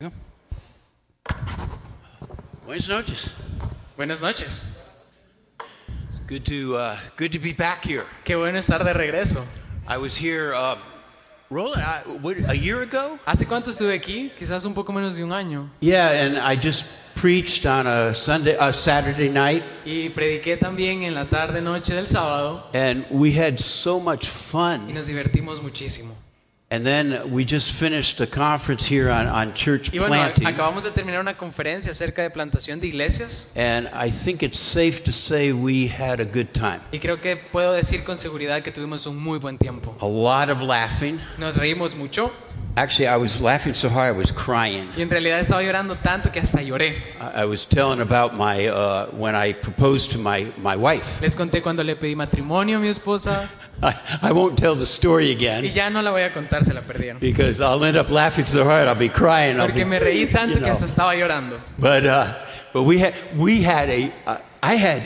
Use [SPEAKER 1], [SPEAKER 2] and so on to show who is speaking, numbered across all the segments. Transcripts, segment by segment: [SPEAKER 1] Yeah.
[SPEAKER 2] Buenas noches.
[SPEAKER 1] Buenas noches.
[SPEAKER 2] Good to uh, good to be back here.
[SPEAKER 1] Qué bueno estar de regreso.
[SPEAKER 2] I was here, uh, Roland, I, what, a year ago.
[SPEAKER 1] ¿Hace cuánto estuve aquí? Quizás un poco menos de un año.
[SPEAKER 2] Yeah, and I just preached on a Sunday, a Saturday night,
[SPEAKER 1] Y prediqué también en la tarde noche del sábado
[SPEAKER 2] and we had so much
[SPEAKER 1] y
[SPEAKER 2] fun.
[SPEAKER 1] nos divertimos muchísimo.
[SPEAKER 2] And then we just finished a conference here on on church
[SPEAKER 1] Y bueno, a-
[SPEAKER 2] planting.
[SPEAKER 1] acabamos de terminar una conferencia acerca de plantación de iglesias
[SPEAKER 2] And I think it's safe to say we had a good time.
[SPEAKER 1] y creo que puedo decir con seguridad que tuvimos un muy buen tiempo.
[SPEAKER 2] A lot of laughing.
[SPEAKER 1] Nos reímos mucho
[SPEAKER 2] Actually, I was laughing so hard I was crying.
[SPEAKER 1] y en realidad estaba llorando tanto que hasta lloré.
[SPEAKER 2] I I was telling about my uh, when I proposed to my my wife.
[SPEAKER 1] Les conté cuando le pedí matrimonio a mi esposa
[SPEAKER 2] I, I won't tell the story
[SPEAKER 1] y
[SPEAKER 2] again
[SPEAKER 1] ya no la voy a contar, se la perdieron.
[SPEAKER 2] because I'll end up laughing so hard I'll be crying. I'll be-
[SPEAKER 1] Porque me reí
[SPEAKER 2] you
[SPEAKER 1] tanto que
[SPEAKER 2] know.
[SPEAKER 1] hasta estaba llorando.
[SPEAKER 2] But uh, but we had we had a uh, I had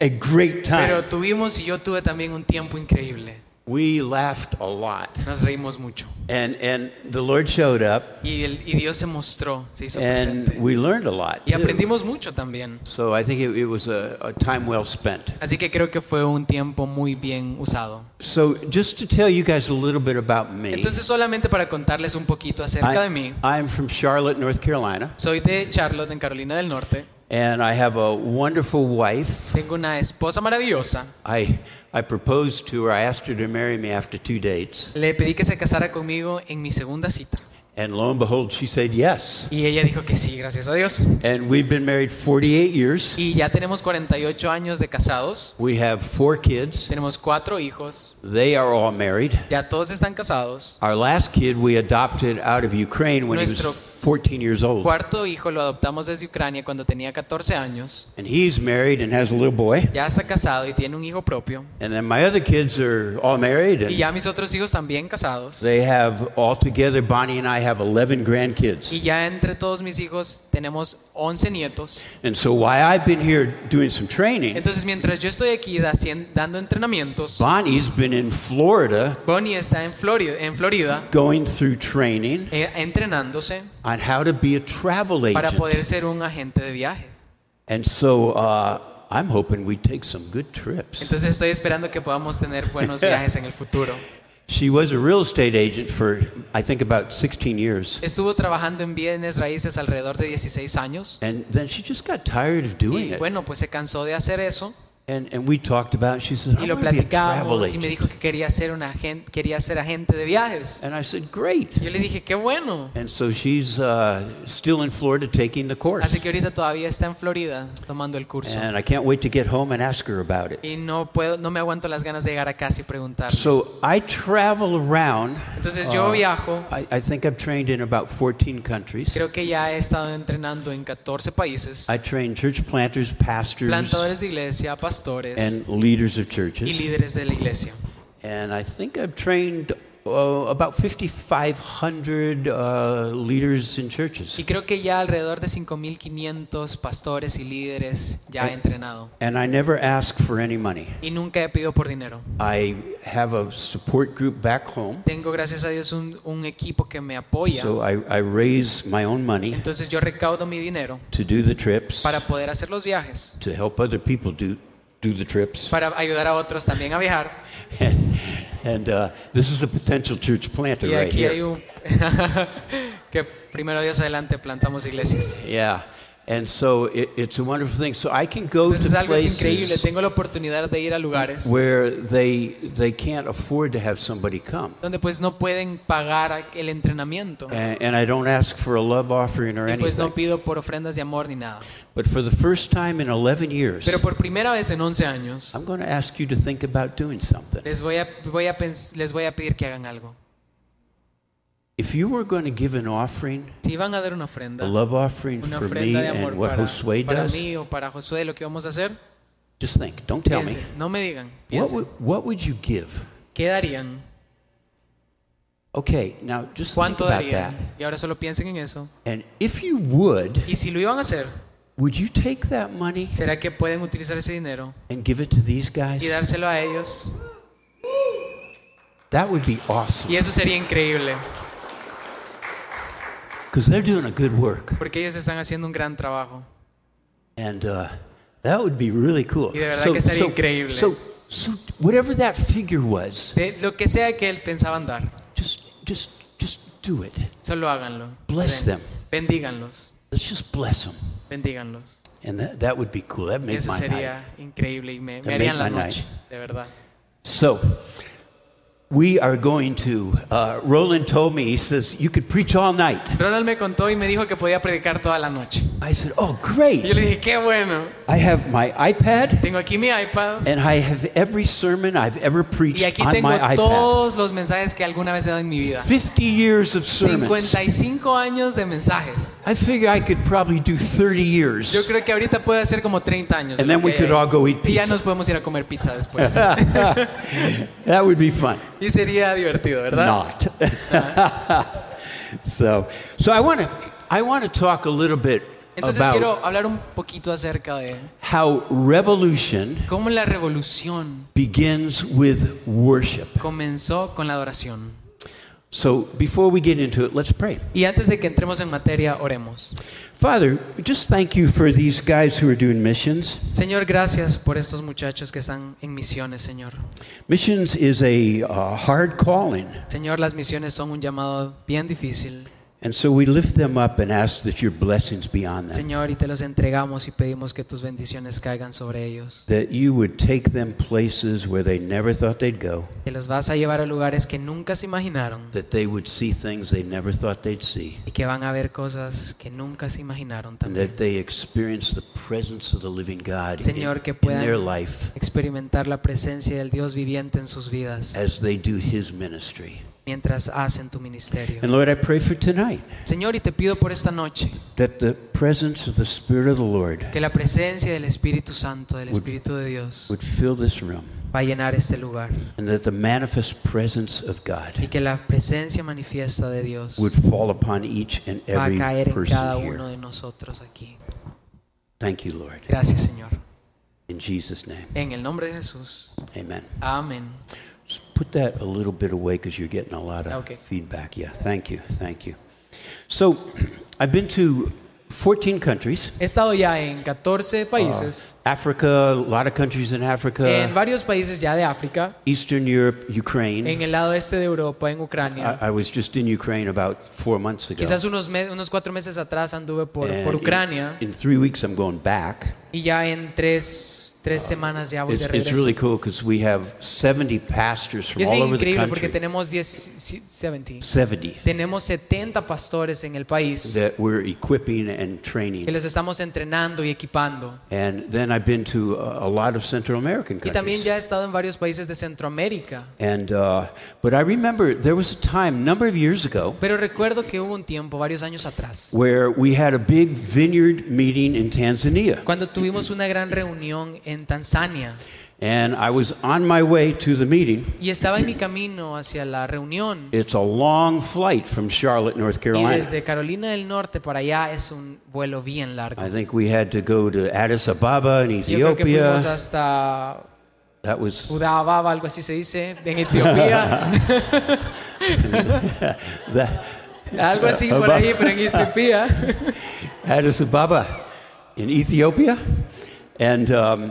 [SPEAKER 2] a great
[SPEAKER 1] Pero
[SPEAKER 2] time.
[SPEAKER 1] tuvimos y yo tuve también un tiempo increíble.
[SPEAKER 2] We laughed a lot,
[SPEAKER 1] Nos reímos mucho.
[SPEAKER 2] and and the Lord showed up,
[SPEAKER 1] Y, el- y Dios se mostró, se hizo
[SPEAKER 2] and
[SPEAKER 1] presente.
[SPEAKER 2] we learned a lot.
[SPEAKER 1] Y
[SPEAKER 2] too.
[SPEAKER 1] aprendimos mucho también.
[SPEAKER 2] So I think it, it was a, a time well spent.
[SPEAKER 1] Así que creo que fue un tiempo muy bien usado.
[SPEAKER 2] So just to tell you guys a little bit about me,
[SPEAKER 1] Entonces solamente para contarles un poquito acerca de mí,
[SPEAKER 2] I'm from Charlotte, North Carolina.
[SPEAKER 1] soy de Charlotte, en Carolina del Norte.
[SPEAKER 2] And I have a wonderful wife.
[SPEAKER 1] Tengo una esposa maravillosa.
[SPEAKER 2] I, I proposed to her. I asked her to marry me after two dates.
[SPEAKER 1] Le pedí que se casara conmigo en mi segunda cita.
[SPEAKER 2] And lo and behold, she said yes.
[SPEAKER 1] Y ella dijo que sí, gracias a Dios.
[SPEAKER 2] And we've been married 48 years.
[SPEAKER 1] Y ya tenemos 48 años de casados.
[SPEAKER 2] We have four kids.
[SPEAKER 1] Tenemos cuatro hijos.
[SPEAKER 2] They are all married.
[SPEAKER 1] Ya todos están casados.
[SPEAKER 2] Our last kid we adopted out of Ukraine when he
[SPEAKER 1] Nuestro-
[SPEAKER 2] was 14 years old.
[SPEAKER 1] Cuarto hijo lo adoptamos desde Ucrania cuando tenía 14 años.
[SPEAKER 2] And he's married and has a little boy.
[SPEAKER 1] Ya está casado y tiene un hijo propio.
[SPEAKER 2] And then my other kids are all married.
[SPEAKER 1] Y
[SPEAKER 2] And
[SPEAKER 1] ya mis otros hijos también casados.
[SPEAKER 2] they have altogether, Bonnie and I have 11
[SPEAKER 1] Y
[SPEAKER 2] grandkids.
[SPEAKER 1] ya entre todos mis hijos tenemos 11 nietos.
[SPEAKER 2] And so while I've been here doing some training,
[SPEAKER 1] Entonces, mientras yo estoy aquí da- hacien- dando entrenamientos,
[SPEAKER 2] Bonnie's been in Florida
[SPEAKER 1] Bonnie está en Florida, en Florida
[SPEAKER 2] going through training
[SPEAKER 1] eh, entrenándose
[SPEAKER 2] on how to be a travel
[SPEAKER 1] para
[SPEAKER 2] agent.
[SPEAKER 1] poder ser un agente de viaje.
[SPEAKER 2] And so uh, I'm hoping we take some good trips.
[SPEAKER 1] Entonces, estoy esperando que podamos tener buenos viajes en el futuro.
[SPEAKER 2] She was a real estate agent for, I think, about 16 years.
[SPEAKER 1] Estuvo trabajando en bienes raíces alrededor de 16 años.
[SPEAKER 2] And then she just got tired of doing
[SPEAKER 1] Y
[SPEAKER 2] it.
[SPEAKER 1] bueno, pues se cansó de hacer eso
[SPEAKER 2] And, and we talked about it. She said,
[SPEAKER 1] y
[SPEAKER 2] I
[SPEAKER 1] lo
[SPEAKER 2] want to be a travel
[SPEAKER 1] platicamos y me
[SPEAKER 2] agent.
[SPEAKER 1] dijo que quería ser, un agente, quería ser agente de viajes.
[SPEAKER 2] And I said, great.
[SPEAKER 1] Yo le dije, qué bueno.
[SPEAKER 2] And so she's uh, still in Florida taking the course.
[SPEAKER 1] Así que ahorita todavía está en Florida tomando el curso.
[SPEAKER 2] And I can't wait to get home and ask her about it.
[SPEAKER 1] Y no puedo, no me aguanto las ganas de llegar a casa y preguntarle.
[SPEAKER 2] So I travel around.
[SPEAKER 1] Entonces yo viajo,
[SPEAKER 2] I, I think I've trained in about 14 countries.
[SPEAKER 1] creo que ya he estado entrenando en 14 países,
[SPEAKER 2] I train church planters, pastors,
[SPEAKER 1] plantadores de iglesia, pastores
[SPEAKER 2] and leaders of
[SPEAKER 1] y
[SPEAKER 2] churches.
[SPEAKER 1] líderes de la iglesia.
[SPEAKER 2] And I think I've trained uh, about 5,500 uh, leaders in churches.
[SPEAKER 1] Y creo que ya alrededor de 5.500 pastores y líderes ya he entrenado.
[SPEAKER 2] And I never ask for any money.
[SPEAKER 1] Y nunca he pedido por dinero.
[SPEAKER 2] I have a support group back home,
[SPEAKER 1] Tengo, gracias a Dios, un, un equipo que me apoya.
[SPEAKER 2] so I, I raise my own money
[SPEAKER 1] Entonces yo recaudo mi dinero
[SPEAKER 2] to do the trips,
[SPEAKER 1] para poder hacer los viajes,
[SPEAKER 2] to help other people do, do the trips.
[SPEAKER 1] para ayudar a otros también a viajar.
[SPEAKER 2] And uh, this is a potential church planter
[SPEAKER 1] Y
[SPEAKER 2] right
[SPEAKER 1] aquí hay
[SPEAKER 2] here.
[SPEAKER 1] un... que primero Dios adelante plantamos iglesias.
[SPEAKER 2] Yeah. And so it, it's a wonderful thing. So I can go
[SPEAKER 1] Entonces
[SPEAKER 2] to
[SPEAKER 1] algo es increíble.
[SPEAKER 2] places
[SPEAKER 1] Tengo la oportunidad de ir a lugares
[SPEAKER 2] where they they can't afford to have somebody come,
[SPEAKER 1] donde pues no pueden pagar el entrenamiento.
[SPEAKER 2] and, and I don't ask for a love offering or
[SPEAKER 1] Y pues
[SPEAKER 2] anything.
[SPEAKER 1] no pido por ofrendas de amor ni nada.
[SPEAKER 2] But for the first time in 11 years,
[SPEAKER 1] Pero por primera vez en 11 años
[SPEAKER 2] I'm going to ask you to think about doing something.
[SPEAKER 1] les voy a, voy a pens- les voy a pedir que hagan algo.
[SPEAKER 2] If you were going to give an offering,
[SPEAKER 1] Si van a dar una
[SPEAKER 2] a
[SPEAKER 1] ofrenda,
[SPEAKER 2] love offering
[SPEAKER 1] una
[SPEAKER 2] for me
[SPEAKER 1] ofrenda de amor
[SPEAKER 2] and what
[SPEAKER 1] para,
[SPEAKER 2] Josue
[SPEAKER 1] para
[SPEAKER 2] does,
[SPEAKER 1] mí o para Josué, lo que vamos a hacer,
[SPEAKER 2] just think. Don't tell me.
[SPEAKER 1] piensen, no me digan,
[SPEAKER 2] What
[SPEAKER 1] piensen,
[SPEAKER 2] would, what would you give?
[SPEAKER 1] ¿qué darían?
[SPEAKER 2] Okay, now just think
[SPEAKER 1] ¿Cuánto
[SPEAKER 2] about that.
[SPEAKER 1] darían? Y ahora solo piensen en eso.
[SPEAKER 2] And if you would,
[SPEAKER 1] Y si lo iban a hacer,
[SPEAKER 2] would you take that money
[SPEAKER 1] ¿será que pueden utilizar ese dinero
[SPEAKER 2] and give it to these guys?
[SPEAKER 1] y dárselo a ellos?
[SPEAKER 2] That would be awesome.
[SPEAKER 1] Y eso sería increíble.
[SPEAKER 2] because they're doing a good work.
[SPEAKER 1] porque ellos están haciendo un gran trabajo.
[SPEAKER 2] And uh, that would be really cool.
[SPEAKER 1] Y de verdad que sería increíble.
[SPEAKER 2] So, so whatever that figure was,
[SPEAKER 1] De lo que sea que él pensaban dar,
[SPEAKER 2] just, just, just do it.
[SPEAKER 1] solo háganlo.
[SPEAKER 2] Bless them.
[SPEAKER 1] Bendíganlos,
[SPEAKER 2] Let's just bless them.
[SPEAKER 1] bendíganlos.
[SPEAKER 2] And that, that would be cool. That'd
[SPEAKER 1] Y
[SPEAKER 2] make
[SPEAKER 1] eso
[SPEAKER 2] my night.
[SPEAKER 1] sería increíble y me,
[SPEAKER 2] That
[SPEAKER 1] me harían la
[SPEAKER 2] made my
[SPEAKER 1] noche, de verdad.
[SPEAKER 2] So, we are going to. Uh, Roland told me, he says, you could preach all night.
[SPEAKER 1] Ronald me contó y me dijo que podía predicar toda la noche.
[SPEAKER 2] I said, oh,
[SPEAKER 1] Y yo
[SPEAKER 2] great.
[SPEAKER 1] le dije, qué bueno.
[SPEAKER 2] I have my iPad,
[SPEAKER 1] Tengo aquí mi iPad
[SPEAKER 2] and I have every sermon I've ever
[SPEAKER 1] y
[SPEAKER 2] preached
[SPEAKER 1] aquí
[SPEAKER 2] on
[SPEAKER 1] tengo
[SPEAKER 2] my iPad.
[SPEAKER 1] todos los mensajes que alguna vez he dado en mi vida.
[SPEAKER 2] 50 years of sermons.
[SPEAKER 1] 55 años de mensajes.
[SPEAKER 2] I figure I could probably do 30 years.
[SPEAKER 1] Yo creo que ahorita puede hacer como 30 años. de
[SPEAKER 2] And then
[SPEAKER 1] los que
[SPEAKER 2] we could
[SPEAKER 1] hay.
[SPEAKER 2] all go eat
[SPEAKER 1] Y ya
[SPEAKER 2] pizza.
[SPEAKER 1] nos podemos ir a comer pizza después.
[SPEAKER 2] that would be fun.
[SPEAKER 1] y sería divertido, ¿verdad?
[SPEAKER 2] Not. so, so I want to I want to talk a little bit
[SPEAKER 1] Entonces
[SPEAKER 2] about
[SPEAKER 1] quiero hablar un poquito acerca de
[SPEAKER 2] how revolution
[SPEAKER 1] cómo la revolución
[SPEAKER 2] begins with worship.
[SPEAKER 1] comenzó con la adoración.
[SPEAKER 2] So, before we get into it, let's pray.
[SPEAKER 1] Y antes de que entremos en materia, oremos.
[SPEAKER 2] Father, we just thank you for these guys who are doing missions.
[SPEAKER 1] Señor, gracias por estos muchachos que están en misiones, Señor.
[SPEAKER 2] Missions is a uh, hard calling,
[SPEAKER 1] Señor, las misiones son un llamado bien difícil.
[SPEAKER 2] and so we lift them up and ask that your blessings be on them.
[SPEAKER 1] Señor, y te los entregamos y pedimos que tus bendiciones caigan sobre ellos.
[SPEAKER 2] That you would take them places where they never thought they'd go.
[SPEAKER 1] Que los vas a llevar a lugares que nunca se imaginaron
[SPEAKER 2] that they would see things they never thought they'd see,
[SPEAKER 1] y que van a ver cosas que nunca se imaginaron
[SPEAKER 2] and
[SPEAKER 1] también.
[SPEAKER 2] that they experience the presence of the living God
[SPEAKER 1] Señor,
[SPEAKER 2] in,
[SPEAKER 1] que
[SPEAKER 2] in
[SPEAKER 1] puedan-
[SPEAKER 2] their life
[SPEAKER 1] Experimentar la presencia del Dios viviente en sus vidas
[SPEAKER 2] as they do His ministry.
[SPEAKER 1] mientras hacen tu ministerio.
[SPEAKER 2] And Lord, I pray for tonight
[SPEAKER 1] Señor, y te pido por esta noche
[SPEAKER 2] that the presence of the Spirit of the Lord
[SPEAKER 1] que la presencia del Espíritu Santo, del Espíritu de Dios,
[SPEAKER 2] would fill this room,
[SPEAKER 1] va a llenar este lugar
[SPEAKER 2] and that the manifest presence of
[SPEAKER 1] y
[SPEAKER 2] God
[SPEAKER 1] que la presencia manifiesta de Dios
[SPEAKER 2] would fall upon each and
[SPEAKER 1] va a
[SPEAKER 2] every
[SPEAKER 1] caer en cada
[SPEAKER 2] person
[SPEAKER 1] uno
[SPEAKER 2] here.
[SPEAKER 1] de nosotros aquí.
[SPEAKER 2] Thank you, Lord.
[SPEAKER 1] Gracias, Señor.
[SPEAKER 2] In Jesus' name,
[SPEAKER 1] En el nombre de Jesús.
[SPEAKER 2] amen.
[SPEAKER 1] Amén.
[SPEAKER 2] Just put that a little bit away because you're getting a lot of
[SPEAKER 1] Okay.
[SPEAKER 2] feedback. Yeah, thank you, thank you. So, I've been to 14 countries
[SPEAKER 1] He estado ya en 14 países,
[SPEAKER 2] Africa, a lot of countries in Africa,
[SPEAKER 1] en varios países ya de África,
[SPEAKER 2] Eastern Europe, Ukraine.
[SPEAKER 1] en el lado este de Europa, en Ucrania.
[SPEAKER 2] I, I was just in Ukraine about four months ago.
[SPEAKER 1] Quizás unos, me- unos cuatro meses atrás anduve por,
[SPEAKER 2] And
[SPEAKER 1] por
[SPEAKER 2] in-
[SPEAKER 1] Ucrania
[SPEAKER 2] In, three weeks, I'm going back.
[SPEAKER 1] y ya en tres, tres semanas ya voy
[SPEAKER 2] Ah. It's,
[SPEAKER 1] de
[SPEAKER 2] it's
[SPEAKER 1] regreso.
[SPEAKER 2] really cool because we have 70 pastors
[SPEAKER 1] Y
[SPEAKER 2] from
[SPEAKER 1] es
[SPEAKER 2] all
[SPEAKER 1] bien
[SPEAKER 2] over the
[SPEAKER 1] increíble porque
[SPEAKER 2] country.
[SPEAKER 1] tenemos 10, si- 70.
[SPEAKER 2] 70
[SPEAKER 1] Tenemos 70 pastores en el país
[SPEAKER 2] that we're equipping and training.
[SPEAKER 1] que los estamos entrenando y equipando.
[SPEAKER 2] And then I've been to a, a lot of Central American
[SPEAKER 1] Y
[SPEAKER 2] countries.
[SPEAKER 1] también ya he estado en varios países de Centroamérica.
[SPEAKER 2] And uh, but I remember there was a time, number of years ago,
[SPEAKER 1] Pero recuerdo que hubo un tiempo, varios años atrás,
[SPEAKER 2] where we had a big vineyard meeting in Tanzania,
[SPEAKER 1] cuando tuvimos una gran reunión en Tanzania
[SPEAKER 2] and I was on my way to the meeting.
[SPEAKER 1] y estaba en mi camino hacia la reunión.
[SPEAKER 2] It's a long flight from Charlotte, North
[SPEAKER 1] Y
[SPEAKER 2] Carolina.
[SPEAKER 1] desde Carolina del Norte para allá es un vuelo bien largo.
[SPEAKER 2] I think we had to go to Addis Ababa in
[SPEAKER 1] Yo creo que fuimos
[SPEAKER 2] Ethiopia.
[SPEAKER 1] hasta
[SPEAKER 2] That was
[SPEAKER 1] Udababa, algo así se dice, en Etiopía,
[SPEAKER 2] the
[SPEAKER 1] algo así por ahí, pero en Etiopía.
[SPEAKER 2] Addis Ababa in Ethiopia, and um,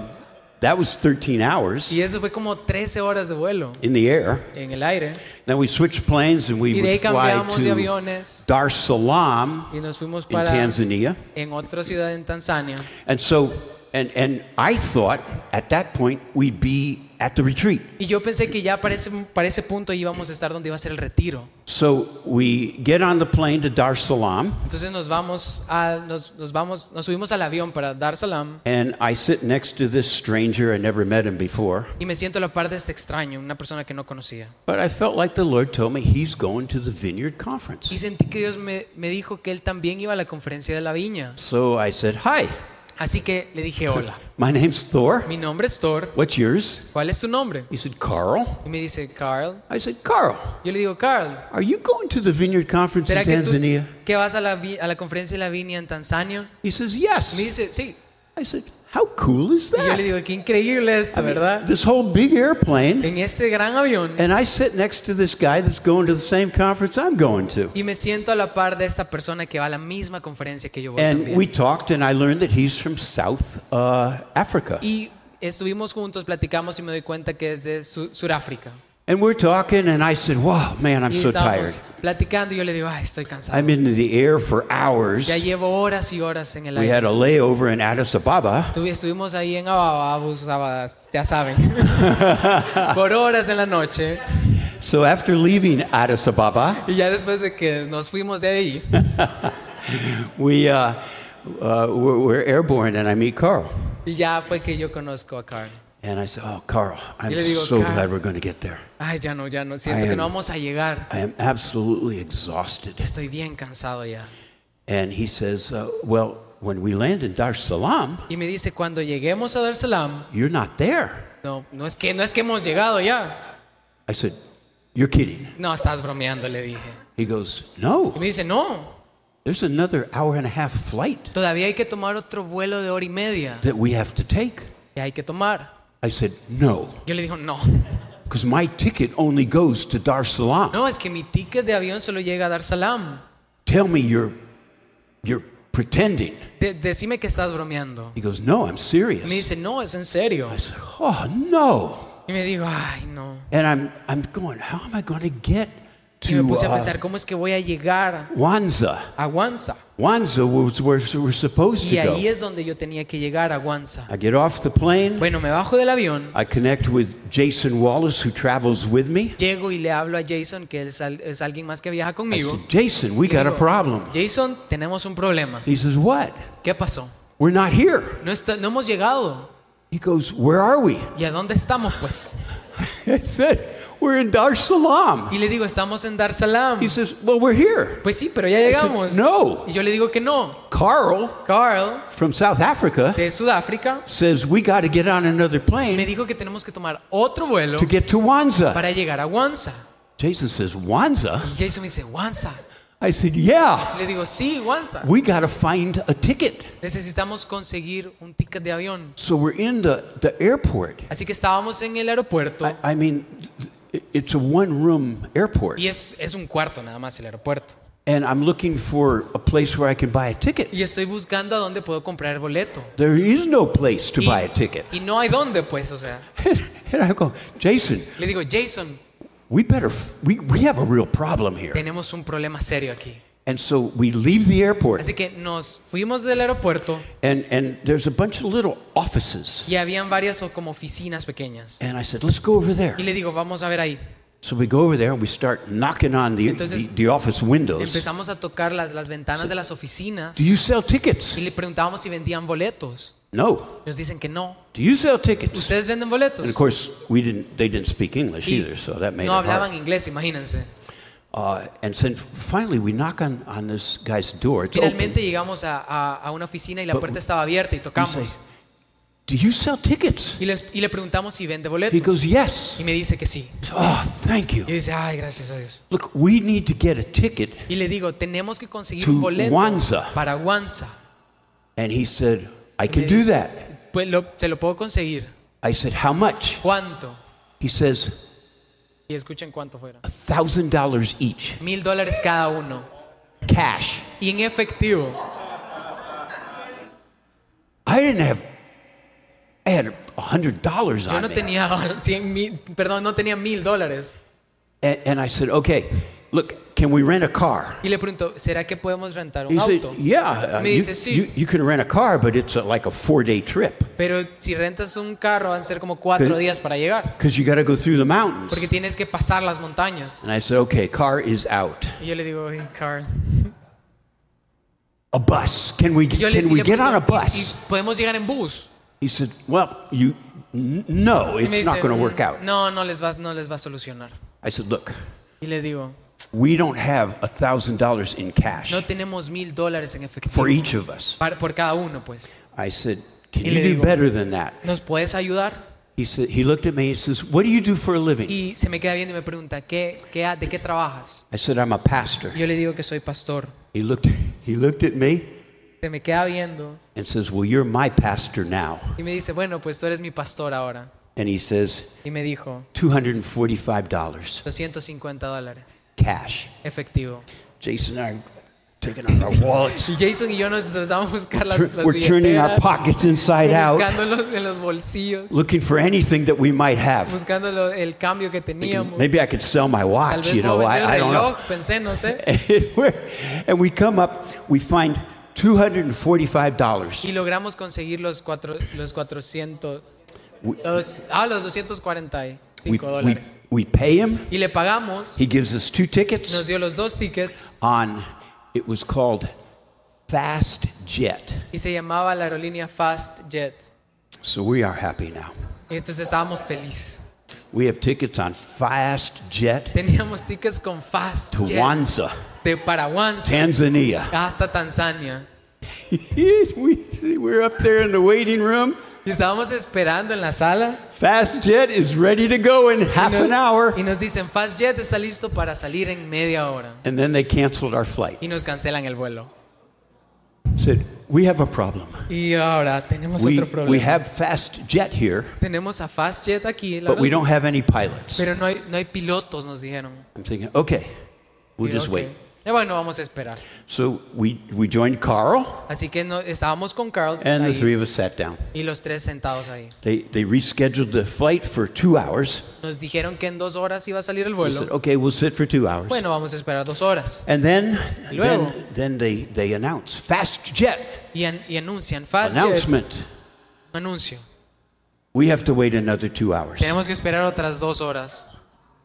[SPEAKER 2] that was 13 hours
[SPEAKER 1] Y eso fue como 13 horas de vuelo
[SPEAKER 2] in the air.
[SPEAKER 1] en el aire.
[SPEAKER 2] Then we switched planes and we
[SPEAKER 1] Y de ahí
[SPEAKER 2] would fly
[SPEAKER 1] cambiamos de
[SPEAKER 2] to
[SPEAKER 1] aviones
[SPEAKER 2] Dar es Salaam.
[SPEAKER 1] y nos fuimos
[SPEAKER 2] in
[SPEAKER 1] para
[SPEAKER 2] Tanzania.
[SPEAKER 1] en otra ciudad en Tanzania.
[SPEAKER 2] And so, and, and I thought at that point we'd be at the retreat.
[SPEAKER 1] Y yo pensé que ya para ese, para ese punto íbamos a estar donde iba a ser el retiro.
[SPEAKER 2] So we get on the plane to Dar es Salaam,
[SPEAKER 1] Entonces nos vamos a, nos, nos vamos, nos subimos al avión para Dar es Salaam
[SPEAKER 2] and I sit next to this stranger. I never met him before,
[SPEAKER 1] y me siento a la par de este extraño, una persona que no conocía.
[SPEAKER 2] but I felt like the Lord told me he's going to the vineyard conference.
[SPEAKER 1] Y sentí que Dios me, me dijo que él también iba a la conferencia de la viña.
[SPEAKER 2] So I said, Hi,
[SPEAKER 1] Así que le dije, hola,
[SPEAKER 2] my name's Thor.
[SPEAKER 1] mi nombre es Thor,
[SPEAKER 2] What's yours?
[SPEAKER 1] ¿cuál es tu nombre?
[SPEAKER 2] He said, Carl.
[SPEAKER 1] Y me dice, Carl.
[SPEAKER 2] I said, Carl,
[SPEAKER 1] Yo le digo, Carl,
[SPEAKER 2] are you going to the vineyard conference in
[SPEAKER 1] ¿será que tú
[SPEAKER 2] Tanzania?
[SPEAKER 1] que vas a la, vi- a la conferencia de la viña en Tanzania?
[SPEAKER 2] He says,
[SPEAKER 1] Y me
[SPEAKER 2] Yes.
[SPEAKER 1] dice, sí.
[SPEAKER 2] I said, How cool is
[SPEAKER 1] Y yo le
[SPEAKER 2] that?
[SPEAKER 1] digo, qué increíble esto, ¿verdad?
[SPEAKER 2] This whole big airplane,
[SPEAKER 1] En este gran avión.
[SPEAKER 2] and I sit next to this guy that's going to the same conference I'm going to.
[SPEAKER 1] Y me siento a la par de esta persona que va a la misma conferencia que yo voy
[SPEAKER 2] And
[SPEAKER 1] también.
[SPEAKER 2] we talked, and I learned that he's from South uh, Africa.
[SPEAKER 1] Y estuvimos juntos, platicamos y me doy cuenta que es de Su- Suráfrica.
[SPEAKER 2] And we're talking, and I said, Wow, man, I'm
[SPEAKER 1] Y
[SPEAKER 2] so
[SPEAKER 1] estábamos
[SPEAKER 2] tired.
[SPEAKER 1] platicando y yo le digo, ay, estoy cansado.
[SPEAKER 2] I'm in the air for hours.
[SPEAKER 1] Ya llevo horas y horas en el
[SPEAKER 2] We
[SPEAKER 1] aire.
[SPEAKER 2] had a layover in Addis Ababa.
[SPEAKER 1] Tuvi- Estuvimos ahí en Ababa, Abadas, ya saben, por horas en la noche.
[SPEAKER 2] So after leaving Addis Ababa,
[SPEAKER 1] Y ya después de que nos fuimos de ahí,
[SPEAKER 2] we, uh, uh, we're, we're airborne, and I meet Carl.
[SPEAKER 1] y ya fue que yo conozco a Carl.
[SPEAKER 2] And I said, Oh, Carl, I'm
[SPEAKER 1] Y le digo,
[SPEAKER 2] so
[SPEAKER 1] "Carl."
[SPEAKER 2] glad we're going to get there.
[SPEAKER 1] Ay, ya no, ya no, siento
[SPEAKER 2] Ay,
[SPEAKER 1] que
[SPEAKER 2] ay.
[SPEAKER 1] no vamos a llegar.
[SPEAKER 2] I am absolutely exhausted.
[SPEAKER 1] Estoy bien cansado ya.
[SPEAKER 2] And he says, uh, Well, when we land in Dar es Salaam,
[SPEAKER 1] Y me dice, cuando lleguemos a Dar es Salaam,
[SPEAKER 2] you're not there.
[SPEAKER 1] no, no es que, no es que hemos llegado ya.
[SPEAKER 2] I said, You're kidding.
[SPEAKER 1] No, estás bromeando, le dije.
[SPEAKER 2] He goes,
[SPEAKER 1] Y
[SPEAKER 2] No,
[SPEAKER 1] me dice, no,
[SPEAKER 2] there's another hour and a half flight
[SPEAKER 1] todavía hay que tomar otro vuelo de hora y media.
[SPEAKER 2] that we have to take.
[SPEAKER 1] Que hay que tomar.
[SPEAKER 2] I said, No,
[SPEAKER 1] Yo le digo, no,
[SPEAKER 2] because my ticket only goes to Dar es Salaam.
[SPEAKER 1] no, es que mi ticket de avión solo llega a Dar es Salaam.
[SPEAKER 2] Tell me you're, you're pretending.
[SPEAKER 1] De- decime que estás bromeando.
[SPEAKER 2] He goes, No, I'm
[SPEAKER 1] Y
[SPEAKER 2] serious.
[SPEAKER 1] me dice, no, es en serio.
[SPEAKER 2] I said, Oh, no.
[SPEAKER 1] Y me digo, ay, no.
[SPEAKER 2] And I'm, I'm going, How am I going to get
[SPEAKER 1] Y me
[SPEAKER 2] to
[SPEAKER 1] puse a
[SPEAKER 2] uh,
[SPEAKER 1] pensar, ¿cómo es que voy a llegar
[SPEAKER 2] Wanza?
[SPEAKER 1] a Guanza?
[SPEAKER 2] Wanza was where we're supposed to
[SPEAKER 1] Y
[SPEAKER 2] go.
[SPEAKER 1] ahí es donde yo tenía que llegar a Guanza.
[SPEAKER 2] I get off the plane.
[SPEAKER 1] Bueno, me bajo del avión,
[SPEAKER 2] I connect with Jason Wallace, who travels with me.
[SPEAKER 1] llego y le hablo a Jason, que es, al- es alguien más que viaja
[SPEAKER 2] I
[SPEAKER 1] conmigo.
[SPEAKER 2] said, Jason, we got a
[SPEAKER 1] Digo,
[SPEAKER 2] problem.
[SPEAKER 1] Jason, tenemos un problema.
[SPEAKER 2] He says, What?
[SPEAKER 1] ¿Qué pasó?
[SPEAKER 2] We're not here.
[SPEAKER 1] No, está- no hemos llegado.
[SPEAKER 2] He goes, Where are we?
[SPEAKER 1] ¿Y a dónde estamos, pues?
[SPEAKER 2] I said, We're in Dar es Salaam.
[SPEAKER 1] Y le digo, estamos en Dar es Salaam.
[SPEAKER 2] He says, Well, we're here.
[SPEAKER 1] Pues sí, pero ya llegamos.
[SPEAKER 2] "No."
[SPEAKER 1] Y yo le digo que no.
[SPEAKER 2] Carl
[SPEAKER 1] Carl,
[SPEAKER 2] from South Africa
[SPEAKER 1] de Sudáfrica,
[SPEAKER 2] says, We got to get on another
[SPEAKER 1] me
[SPEAKER 2] plane
[SPEAKER 1] dijo que tenemos que tomar otro vuelo
[SPEAKER 2] to get to Wanza.
[SPEAKER 1] para llegar a Wanza.
[SPEAKER 2] Jason says, Wanza?
[SPEAKER 1] Y Jason me dice, Wanza.
[SPEAKER 2] I said, Yeah,
[SPEAKER 1] Y le digo, sí, Wanza.
[SPEAKER 2] we got to find a ticket.
[SPEAKER 1] Necesitamos conseguir un ticket de avión.
[SPEAKER 2] So we're in the, the airport.
[SPEAKER 1] Así que estábamos en el aeropuerto.
[SPEAKER 2] I, I mean, it- it's a one room airport.
[SPEAKER 1] Y es, es un cuarto nada más el aeropuerto.
[SPEAKER 2] and I'm looking for a place where I can buy a ticket.
[SPEAKER 1] Y estoy buscando a dónde puedo comprar el boleto.
[SPEAKER 2] There is no place to
[SPEAKER 1] Y,
[SPEAKER 2] buy a ticket.
[SPEAKER 1] y no hay dónde, pues, o sea.
[SPEAKER 2] and I go, Jason,
[SPEAKER 1] Le digo, Jason,
[SPEAKER 2] we better, f- we, we have a real problem here.
[SPEAKER 1] tenemos un problema serio aquí.
[SPEAKER 2] And so we leave the airport,
[SPEAKER 1] Así que nos fuimos del aeropuerto
[SPEAKER 2] and, and there's a bunch of little offices.
[SPEAKER 1] y habían varias o como oficinas pequeñas.
[SPEAKER 2] And I said, let's go over there.
[SPEAKER 1] Y le digo, vamos a ver ahí.
[SPEAKER 2] So we go over there and we start knocking on the,
[SPEAKER 1] Entonces-
[SPEAKER 2] the, the office windows.
[SPEAKER 1] Empezamos a tocar las, las ventanas de las oficinas
[SPEAKER 2] Do you sell tickets?
[SPEAKER 1] y le preguntábamos si vendían boletos.
[SPEAKER 2] No.
[SPEAKER 1] Nos dicen que no.
[SPEAKER 2] Do you sell tickets?
[SPEAKER 1] ¿Ustedes venden
[SPEAKER 2] And of
[SPEAKER 1] boletos?
[SPEAKER 2] course, we didn't, they didn't speak English
[SPEAKER 1] Y
[SPEAKER 2] either, so that made it
[SPEAKER 1] no
[SPEAKER 2] hard.
[SPEAKER 1] hablaban inglés, imagínense.
[SPEAKER 2] Uh, and since finally we knock on, on this guy's door, it's open.
[SPEAKER 1] Finalmente llegamos a, a- a una oficina y la puerta estaba abierta y
[SPEAKER 2] We
[SPEAKER 1] tocamos.
[SPEAKER 2] say, Do you sell tickets?
[SPEAKER 1] Y, les- y le preguntamos si vende
[SPEAKER 2] He
[SPEAKER 1] boletos.
[SPEAKER 2] goes, Yes.
[SPEAKER 1] Y me dice que sí.
[SPEAKER 2] Oh, thank
[SPEAKER 1] Y
[SPEAKER 2] you.
[SPEAKER 1] dice, ay, gracias a Dios.
[SPEAKER 2] Look, we need to get a ticket.
[SPEAKER 1] Y le digo, tenemos que conseguir
[SPEAKER 2] To
[SPEAKER 1] un boleto
[SPEAKER 2] Wanza.
[SPEAKER 1] para Wanza.
[SPEAKER 2] And he said, I can do that.
[SPEAKER 1] Pues lo, se lo puedo conseguir.
[SPEAKER 2] I said, How much?
[SPEAKER 1] ¿Cuánto?
[SPEAKER 2] He says,
[SPEAKER 1] Y escuchen cuánto fuera.
[SPEAKER 2] A thousand dollars each,
[SPEAKER 1] Mil dólares cada uno.
[SPEAKER 2] cash.
[SPEAKER 1] Y en efectivo.
[SPEAKER 2] I didn't have, I had a hundred dollars
[SPEAKER 1] Yo
[SPEAKER 2] on
[SPEAKER 1] no
[SPEAKER 2] me.
[SPEAKER 1] tenía cien mil, perdón, no tenía mil dólares.
[SPEAKER 2] And, and I said, Okay, look, can we rent a car?
[SPEAKER 1] Y le pregunto, ¿será que podemos rentar un
[SPEAKER 2] He said,
[SPEAKER 1] auto?
[SPEAKER 2] Yeah, uh,
[SPEAKER 1] Me
[SPEAKER 2] you,
[SPEAKER 1] dice, "Sí."
[SPEAKER 2] you, you can rent a car, but it's uh like a four day trip.
[SPEAKER 1] Pero si rentas un carro van a ser como
[SPEAKER 2] Que-
[SPEAKER 1] cuatro días para llegar.
[SPEAKER 2] because you got to go through the mountains.
[SPEAKER 1] Porque tienes que pasar las montañas.
[SPEAKER 2] And I said, okay, car is out.
[SPEAKER 1] Y yo le digo, "Hey, Carl.
[SPEAKER 2] A bus. Can we,
[SPEAKER 1] Yo le-
[SPEAKER 2] can
[SPEAKER 1] y
[SPEAKER 2] we
[SPEAKER 1] le
[SPEAKER 2] get on a
[SPEAKER 1] pregunto, "¿Y-
[SPEAKER 2] bus?
[SPEAKER 1] y podemos llegar en bus.
[SPEAKER 2] He said, well, you, n- no,
[SPEAKER 1] Y me
[SPEAKER 2] it's not
[SPEAKER 1] dice,
[SPEAKER 2] going to
[SPEAKER 1] "Mm,
[SPEAKER 2] work out.
[SPEAKER 1] No, no les, va, no les va a solucionar.
[SPEAKER 2] I said, look,
[SPEAKER 1] Y le digo,
[SPEAKER 2] we don't have a $1,000 in cash
[SPEAKER 1] no tenemos mil dólares en efectivo.
[SPEAKER 2] for each of us.
[SPEAKER 1] Para- por cada uno, pues.
[SPEAKER 2] I said, can
[SPEAKER 1] Y
[SPEAKER 2] you
[SPEAKER 1] le
[SPEAKER 2] do
[SPEAKER 1] digo-
[SPEAKER 2] better than that?
[SPEAKER 1] ¿Nos puedes ayudar?
[SPEAKER 2] He said, he looked at me and says, what do you do for a living?
[SPEAKER 1] Y se me queda viendo y me pregunta, ¿qué, qué, ha- ¿de qué trabajas?
[SPEAKER 2] I said, I'm a pastor.
[SPEAKER 1] Y Yo le digo que soy pastor.
[SPEAKER 2] He looked, he looked at me
[SPEAKER 1] se me queda viendo
[SPEAKER 2] and says, Well, you're my pastor now.
[SPEAKER 1] y me dice, bueno, pues tú eres mi pastor ahora.
[SPEAKER 2] And he says,
[SPEAKER 1] Y me dijo,
[SPEAKER 2] $245
[SPEAKER 1] 250 dólares,
[SPEAKER 2] cash.
[SPEAKER 1] efectivo.
[SPEAKER 2] Jason and I are taking out our wallets.
[SPEAKER 1] Y Jason y yo nos empezamos a buscar las, las
[SPEAKER 2] We're turning our
[SPEAKER 1] billeteras,
[SPEAKER 2] pockets inside out,
[SPEAKER 1] buscando los- en los bolsillos,
[SPEAKER 2] looking for anything that we might have.
[SPEAKER 1] buscando lo- el cambio que teníamos.
[SPEAKER 2] Maybe I could sell my
[SPEAKER 1] Tal
[SPEAKER 2] watch,
[SPEAKER 1] vez
[SPEAKER 2] you know,
[SPEAKER 1] puedo vender
[SPEAKER 2] I, I
[SPEAKER 1] el
[SPEAKER 2] don't know.
[SPEAKER 1] reloj, pensé, no sé.
[SPEAKER 2] And, we're- and we come up, we find $245.
[SPEAKER 1] Y logramos conseguir los, cuatro, los 400,
[SPEAKER 2] We-
[SPEAKER 1] los- ah,
[SPEAKER 2] We,
[SPEAKER 1] los 245
[SPEAKER 2] we,
[SPEAKER 1] dólares.
[SPEAKER 2] we pay him.
[SPEAKER 1] Y le pagamos,
[SPEAKER 2] He gives us two tickets.
[SPEAKER 1] nos dio los dos tickets
[SPEAKER 2] on it was called fast jet
[SPEAKER 1] y se llamaba la aerolínea FastJet.
[SPEAKER 2] so we are happy now
[SPEAKER 1] Y entonces estábamos felices.
[SPEAKER 2] we have tickets on fast jet
[SPEAKER 1] Teníamos tickets con
[SPEAKER 2] to
[SPEAKER 1] FastJet
[SPEAKER 2] wanza
[SPEAKER 1] de Paraguay
[SPEAKER 2] tanzania
[SPEAKER 1] hasta Tanzania.
[SPEAKER 2] we, we're up there in the waiting room
[SPEAKER 1] Y estábamos esperando en la sala.
[SPEAKER 2] fast jet is ready to go in half
[SPEAKER 1] y nos-
[SPEAKER 2] an hour
[SPEAKER 1] Y nos dicen, FastJet está listo para salir en media hora.
[SPEAKER 2] and then they canceled our flight
[SPEAKER 1] Y nos cancelan el vuelo.
[SPEAKER 2] said we have a problem
[SPEAKER 1] Y ahora tenemos
[SPEAKER 2] we,
[SPEAKER 1] otro problema.
[SPEAKER 2] we have fast jet here
[SPEAKER 1] Tenemos a FastJet aquí, la
[SPEAKER 2] but we
[SPEAKER 1] verdad,
[SPEAKER 2] don't have any pilots
[SPEAKER 1] pero no hay, no hay pilotos, nos dijeron.
[SPEAKER 2] i'm thinking okay we'll
[SPEAKER 1] Digo,
[SPEAKER 2] just
[SPEAKER 1] "Ok".
[SPEAKER 2] wait
[SPEAKER 1] Eh, Bueno, vamos a esperar.
[SPEAKER 2] so we, we joined carl
[SPEAKER 1] Así que no- estábamos con Carl
[SPEAKER 2] and the
[SPEAKER 1] ahí,
[SPEAKER 2] three of us sat down
[SPEAKER 1] y los tres sentados ahí.
[SPEAKER 2] They, they rescheduled the flight for two hours.
[SPEAKER 1] Nos dijeron que en dos horas iba a salir el
[SPEAKER 2] They said, "Oh,
[SPEAKER 1] vuelo.
[SPEAKER 2] okay, we'll sit for two hours.
[SPEAKER 1] Bueno, vamos a esperar dos horas.
[SPEAKER 2] And then,
[SPEAKER 1] Luego.
[SPEAKER 2] then, then they, they announce fast jet
[SPEAKER 1] Y, an- y anuncian, FastJet, un
[SPEAKER 2] announcement.
[SPEAKER 1] anuncio.
[SPEAKER 2] We have to wait another two hours.
[SPEAKER 1] Tenemos que esperar otras dos horas.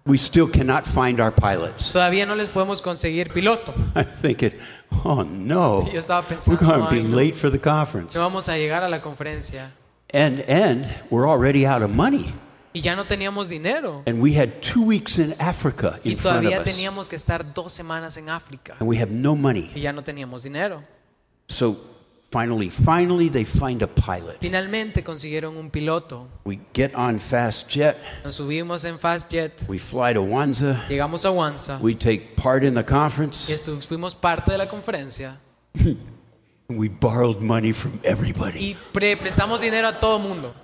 [SPEAKER 2] We still cannot find our pilots.
[SPEAKER 1] Todavía no les podemos conseguir piloto.
[SPEAKER 2] I'm thinking, oh no,
[SPEAKER 1] Y Yo estaba
[SPEAKER 2] we're
[SPEAKER 1] pensando,
[SPEAKER 2] going to be
[SPEAKER 1] "Ay, no,
[SPEAKER 2] late for the conference.
[SPEAKER 1] no vamos a llegar a la conferencia.
[SPEAKER 2] And, and we're already out of money.
[SPEAKER 1] Y ya no teníamos dinero.
[SPEAKER 2] And we had two weeks in Africa in
[SPEAKER 1] Y
[SPEAKER 2] front of
[SPEAKER 1] todavía
[SPEAKER 2] us.
[SPEAKER 1] teníamos que estar dos semanas en África.
[SPEAKER 2] And we have no money.
[SPEAKER 1] Y ya no teníamos dinero.
[SPEAKER 2] So finally, finally, they find a pilot.
[SPEAKER 1] Finalmente consiguieron un piloto.
[SPEAKER 2] We get on fast jet.
[SPEAKER 1] Nos subimos en FastJet,
[SPEAKER 2] We fly to Wanza.
[SPEAKER 1] llegamos a Wanza
[SPEAKER 2] We take part in the
[SPEAKER 1] y
[SPEAKER 2] conference.
[SPEAKER 1] estu- fuimos parte de la conferencia
[SPEAKER 2] We borrowed money from everybody.
[SPEAKER 1] y pre- prestamos dinero a todo mundo.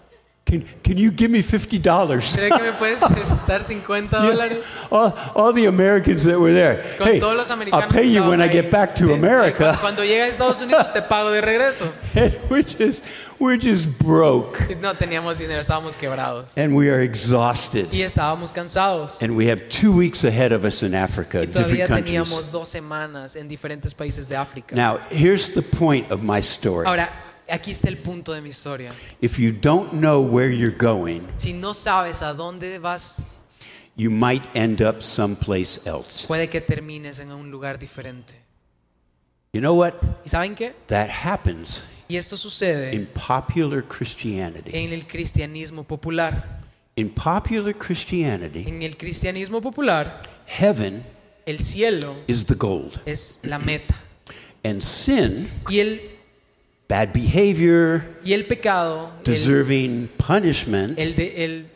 [SPEAKER 2] Can, can you give me fifty dollars?
[SPEAKER 1] ¿Cree que me puedes prestar 50 dólares?
[SPEAKER 2] All, all the Americans that were there.
[SPEAKER 1] Con
[SPEAKER 2] Hey,
[SPEAKER 1] todos los
[SPEAKER 2] I'll
[SPEAKER 1] americanos.
[SPEAKER 2] pay
[SPEAKER 1] que
[SPEAKER 2] you
[SPEAKER 1] estaban
[SPEAKER 2] when I
[SPEAKER 1] ahí.
[SPEAKER 2] get back to
[SPEAKER 1] Eh,
[SPEAKER 2] America.
[SPEAKER 1] cu- Cuando llegue a Estados Unidos te pago de regreso.
[SPEAKER 2] And we're just we're just broke,
[SPEAKER 1] Y No teníamos dinero, estábamos quebrados
[SPEAKER 2] and we are exhausted.
[SPEAKER 1] y estábamos cansados.
[SPEAKER 2] And we have two weeks ahead of us in Africa,
[SPEAKER 1] Y todavía
[SPEAKER 2] different countries.
[SPEAKER 1] teníamos dos semanas en diferentes países de África.
[SPEAKER 2] Now, here's the point of my story.
[SPEAKER 1] Ahora, aquí está el punto de mi historia.
[SPEAKER 2] If you don't know where you're going,
[SPEAKER 1] Si no sabes a dónde vas,
[SPEAKER 2] you might end up someplace else.
[SPEAKER 1] puede que termines en un lugar diferente.
[SPEAKER 2] You know what?
[SPEAKER 1] ¿Y saben qué?
[SPEAKER 2] That happens
[SPEAKER 1] Y esto sucede
[SPEAKER 2] in popular Christianity.
[SPEAKER 1] en el cristianismo popular.
[SPEAKER 2] In popular Christianity,
[SPEAKER 1] En el cristianismo popular,
[SPEAKER 2] heaven
[SPEAKER 1] el cielo
[SPEAKER 2] is the gold,
[SPEAKER 1] es la meta.
[SPEAKER 2] and sin,
[SPEAKER 1] Y el,
[SPEAKER 2] bad behavior,
[SPEAKER 1] y el pecado, el,
[SPEAKER 2] deserving punishment,
[SPEAKER 1] el de- el-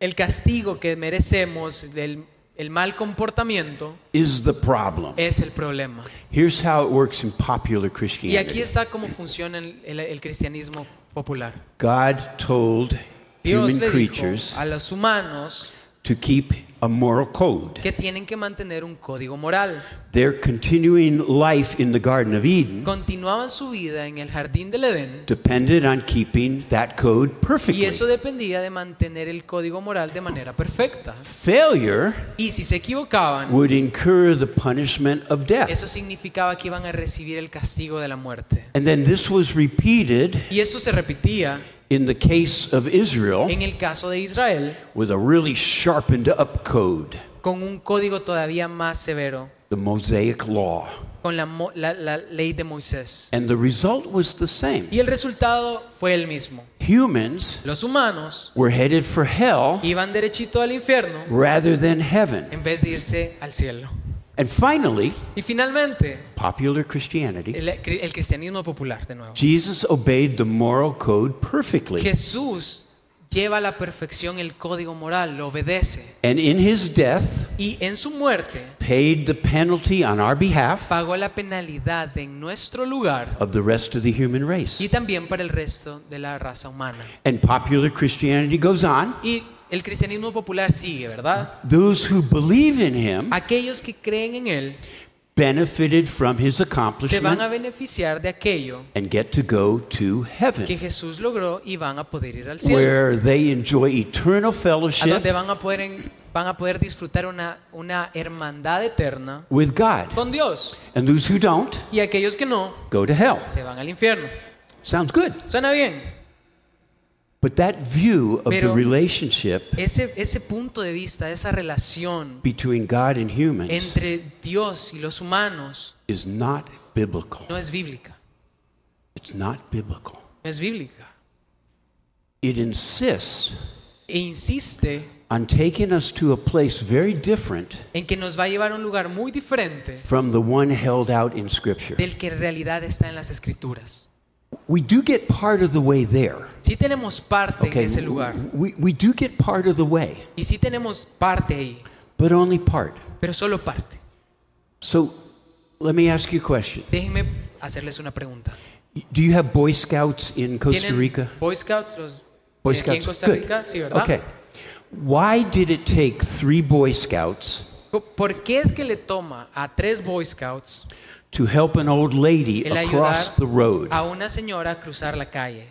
[SPEAKER 1] el castigo que merecemos, el, el mal comportamiento,
[SPEAKER 2] is the problem.
[SPEAKER 1] es el problema.
[SPEAKER 2] Here's how it works in popular
[SPEAKER 1] Y
[SPEAKER 2] Christianity
[SPEAKER 1] aquí está cómo funciona el- el- el cristianismo popular.
[SPEAKER 2] God told
[SPEAKER 1] Dios
[SPEAKER 2] human
[SPEAKER 1] le dijo
[SPEAKER 2] creatures
[SPEAKER 1] a los humanos
[SPEAKER 2] to keep a moral code.
[SPEAKER 1] que tienen que mantener un código moral.
[SPEAKER 2] Their continuing life in the Garden of Eden
[SPEAKER 1] Continuaban su vida en el jardín del Edén
[SPEAKER 2] depended on keeping that code
[SPEAKER 1] y
[SPEAKER 2] perfectly.
[SPEAKER 1] eso dependía de mantener el código moral de manera perfecta.
[SPEAKER 2] Failure
[SPEAKER 1] Y si se equivocaban,
[SPEAKER 2] would incur the punishment of death.
[SPEAKER 1] eso significaba que iban a recibir el castigo de la muerte.
[SPEAKER 2] And then this was repeated
[SPEAKER 1] Y eso se repetía
[SPEAKER 2] in the case of Israel
[SPEAKER 1] en el caso de Israel
[SPEAKER 2] with a really sharpened up code,
[SPEAKER 1] con un código todavía más severo,
[SPEAKER 2] the Mosaic Law.
[SPEAKER 1] con la, mo- la- la ley de Moisés.
[SPEAKER 2] And the result was the same.
[SPEAKER 1] Y el resultado fue el mismo.
[SPEAKER 2] Humans
[SPEAKER 1] Los humanos
[SPEAKER 2] were headed for hell
[SPEAKER 1] iban derechito al infierno
[SPEAKER 2] rather than heaven.
[SPEAKER 1] en vez de irse al cielo.
[SPEAKER 2] And finally,
[SPEAKER 1] Y finalmente,
[SPEAKER 2] popular Christianity,
[SPEAKER 1] el, el cristianismo popular de nuevo.
[SPEAKER 2] Jesus obeyed the moral code perfectly.
[SPEAKER 1] Jesús lleva a la perfección el código moral, lo obedece.
[SPEAKER 2] and in his death
[SPEAKER 1] Y en su muerte
[SPEAKER 2] paid the penalty on our behalf
[SPEAKER 1] pagó la penalidad en nuestro lugar
[SPEAKER 2] of the rest of the human race.
[SPEAKER 1] y también para el resto de la raza humana.
[SPEAKER 2] And popular Christianity goes on.
[SPEAKER 1] Y el cristianismo popular sigue, ¿verdad?
[SPEAKER 2] Those who believe in him
[SPEAKER 1] Aquellos que creen en él
[SPEAKER 2] benefited from his
[SPEAKER 1] se van a
[SPEAKER 2] accomplishment
[SPEAKER 1] beneficiar de aquello
[SPEAKER 2] and get to go to
[SPEAKER 1] que
[SPEAKER 2] heaven,
[SPEAKER 1] Jesús logró y van a poder ir al cielo,
[SPEAKER 2] where they enjoy eternal
[SPEAKER 1] a donde
[SPEAKER 2] fellowship
[SPEAKER 1] van a poder, en- van a poder disfrutar una, una hermandad eterna
[SPEAKER 2] with God.
[SPEAKER 1] con Dios.
[SPEAKER 2] And those who don't
[SPEAKER 1] Y aquellos que no
[SPEAKER 2] go to hell.
[SPEAKER 1] se van al infierno.
[SPEAKER 2] Sounds good.
[SPEAKER 1] ¿Suena bien?
[SPEAKER 2] But that view of the
[SPEAKER 1] Pero-
[SPEAKER 2] relationship
[SPEAKER 1] Ese, ese punto de vista, esa relación
[SPEAKER 2] between God and humans
[SPEAKER 1] entre Dios y los humanos
[SPEAKER 2] is not biblical.
[SPEAKER 1] no es bíblica.
[SPEAKER 2] It's not biblical.
[SPEAKER 1] No es bíblica.
[SPEAKER 2] It insists
[SPEAKER 1] E insiste
[SPEAKER 2] on taking us to a place very different
[SPEAKER 1] en que nos va a llevar a un lugar muy diferente
[SPEAKER 2] from the one held out in Scripture.
[SPEAKER 1] del que en realidad está en las escrituras.
[SPEAKER 2] We do get part of the way there.
[SPEAKER 1] Sí tenemos parte en
[SPEAKER 2] Okay,
[SPEAKER 1] ese lugar
[SPEAKER 2] we, we do get part of the way,
[SPEAKER 1] y sí tenemos parte ahí,
[SPEAKER 2] but only part.
[SPEAKER 1] pero solo parte.
[SPEAKER 2] So let me ask you a question.
[SPEAKER 1] Déjenme hacerles una pregunta.
[SPEAKER 2] Do you have Boy Scouts in Costa
[SPEAKER 1] ¿Tienen
[SPEAKER 2] Rica?
[SPEAKER 1] Boy Scouts? Los,
[SPEAKER 2] Boy
[SPEAKER 1] de aquí en
[SPEAKER 2] Scouts.
[SPEAKER 1] Costa
[SPEAKER 2] Good.
[SPEAKER 1] Rica, sí, ¿verdad?
[SPEAKER 2] Okay. Why did it take three Boy Scouts
[SPEAKER 1] ¿Por qué es que le toma a tres Boy Scouts
[SPEAKER 2] to help an old lady
[SPEAKER 1] el
[SPEAKER 2] across the
[SPEAKER 1] ayudar
[SPEAKER 2] road?
[SPEAKER 1] a una señora a cruzar la calle?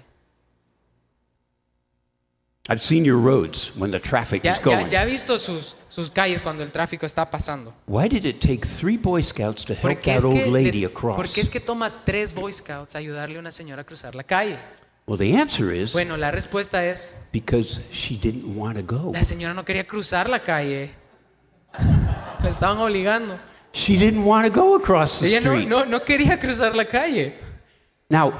[SPEAKER 2] I've seen your roads when the traffic is
[SPEAKER 1] Ya, ya,
[SPEAKER 2] going.
[SPEAKER 1] ya he visto sus, sus calles cuando el tráfico está pasando.
[SPEAKER 2] Why did it take three Boy Scouts to
[SPEAKER 1] ¿Por
[SPEAKER 2] help
[SPEAKER 1] qué, es
[SPEAKER 2] that
[SPEAKER 1] que,
[SPEAKER 2] old lady
[SPEAKER 1] le- por
[SPEAKER 2] across?
[SPEAKER 1] qué es que toma tres Boy Scouts a ayudarle a una señora a cruzar la calle?
[SPEAKER 2] Well, the answer is
[SPEAKER 1] Bueno, la respuesta es,
[SPEAKER 2] because she didn't want to go.
[SPEAKER 1] la señora no quería cruzar la calle. La estaban obligando.
[SPEAKER 2] She didn't want to go across the
[SPEAKER 1] Ella no,
[SPEAKER 2] street.
[SPEAKER 1] no, no quería cruzar la calle.
[SPEAKER 2] Now,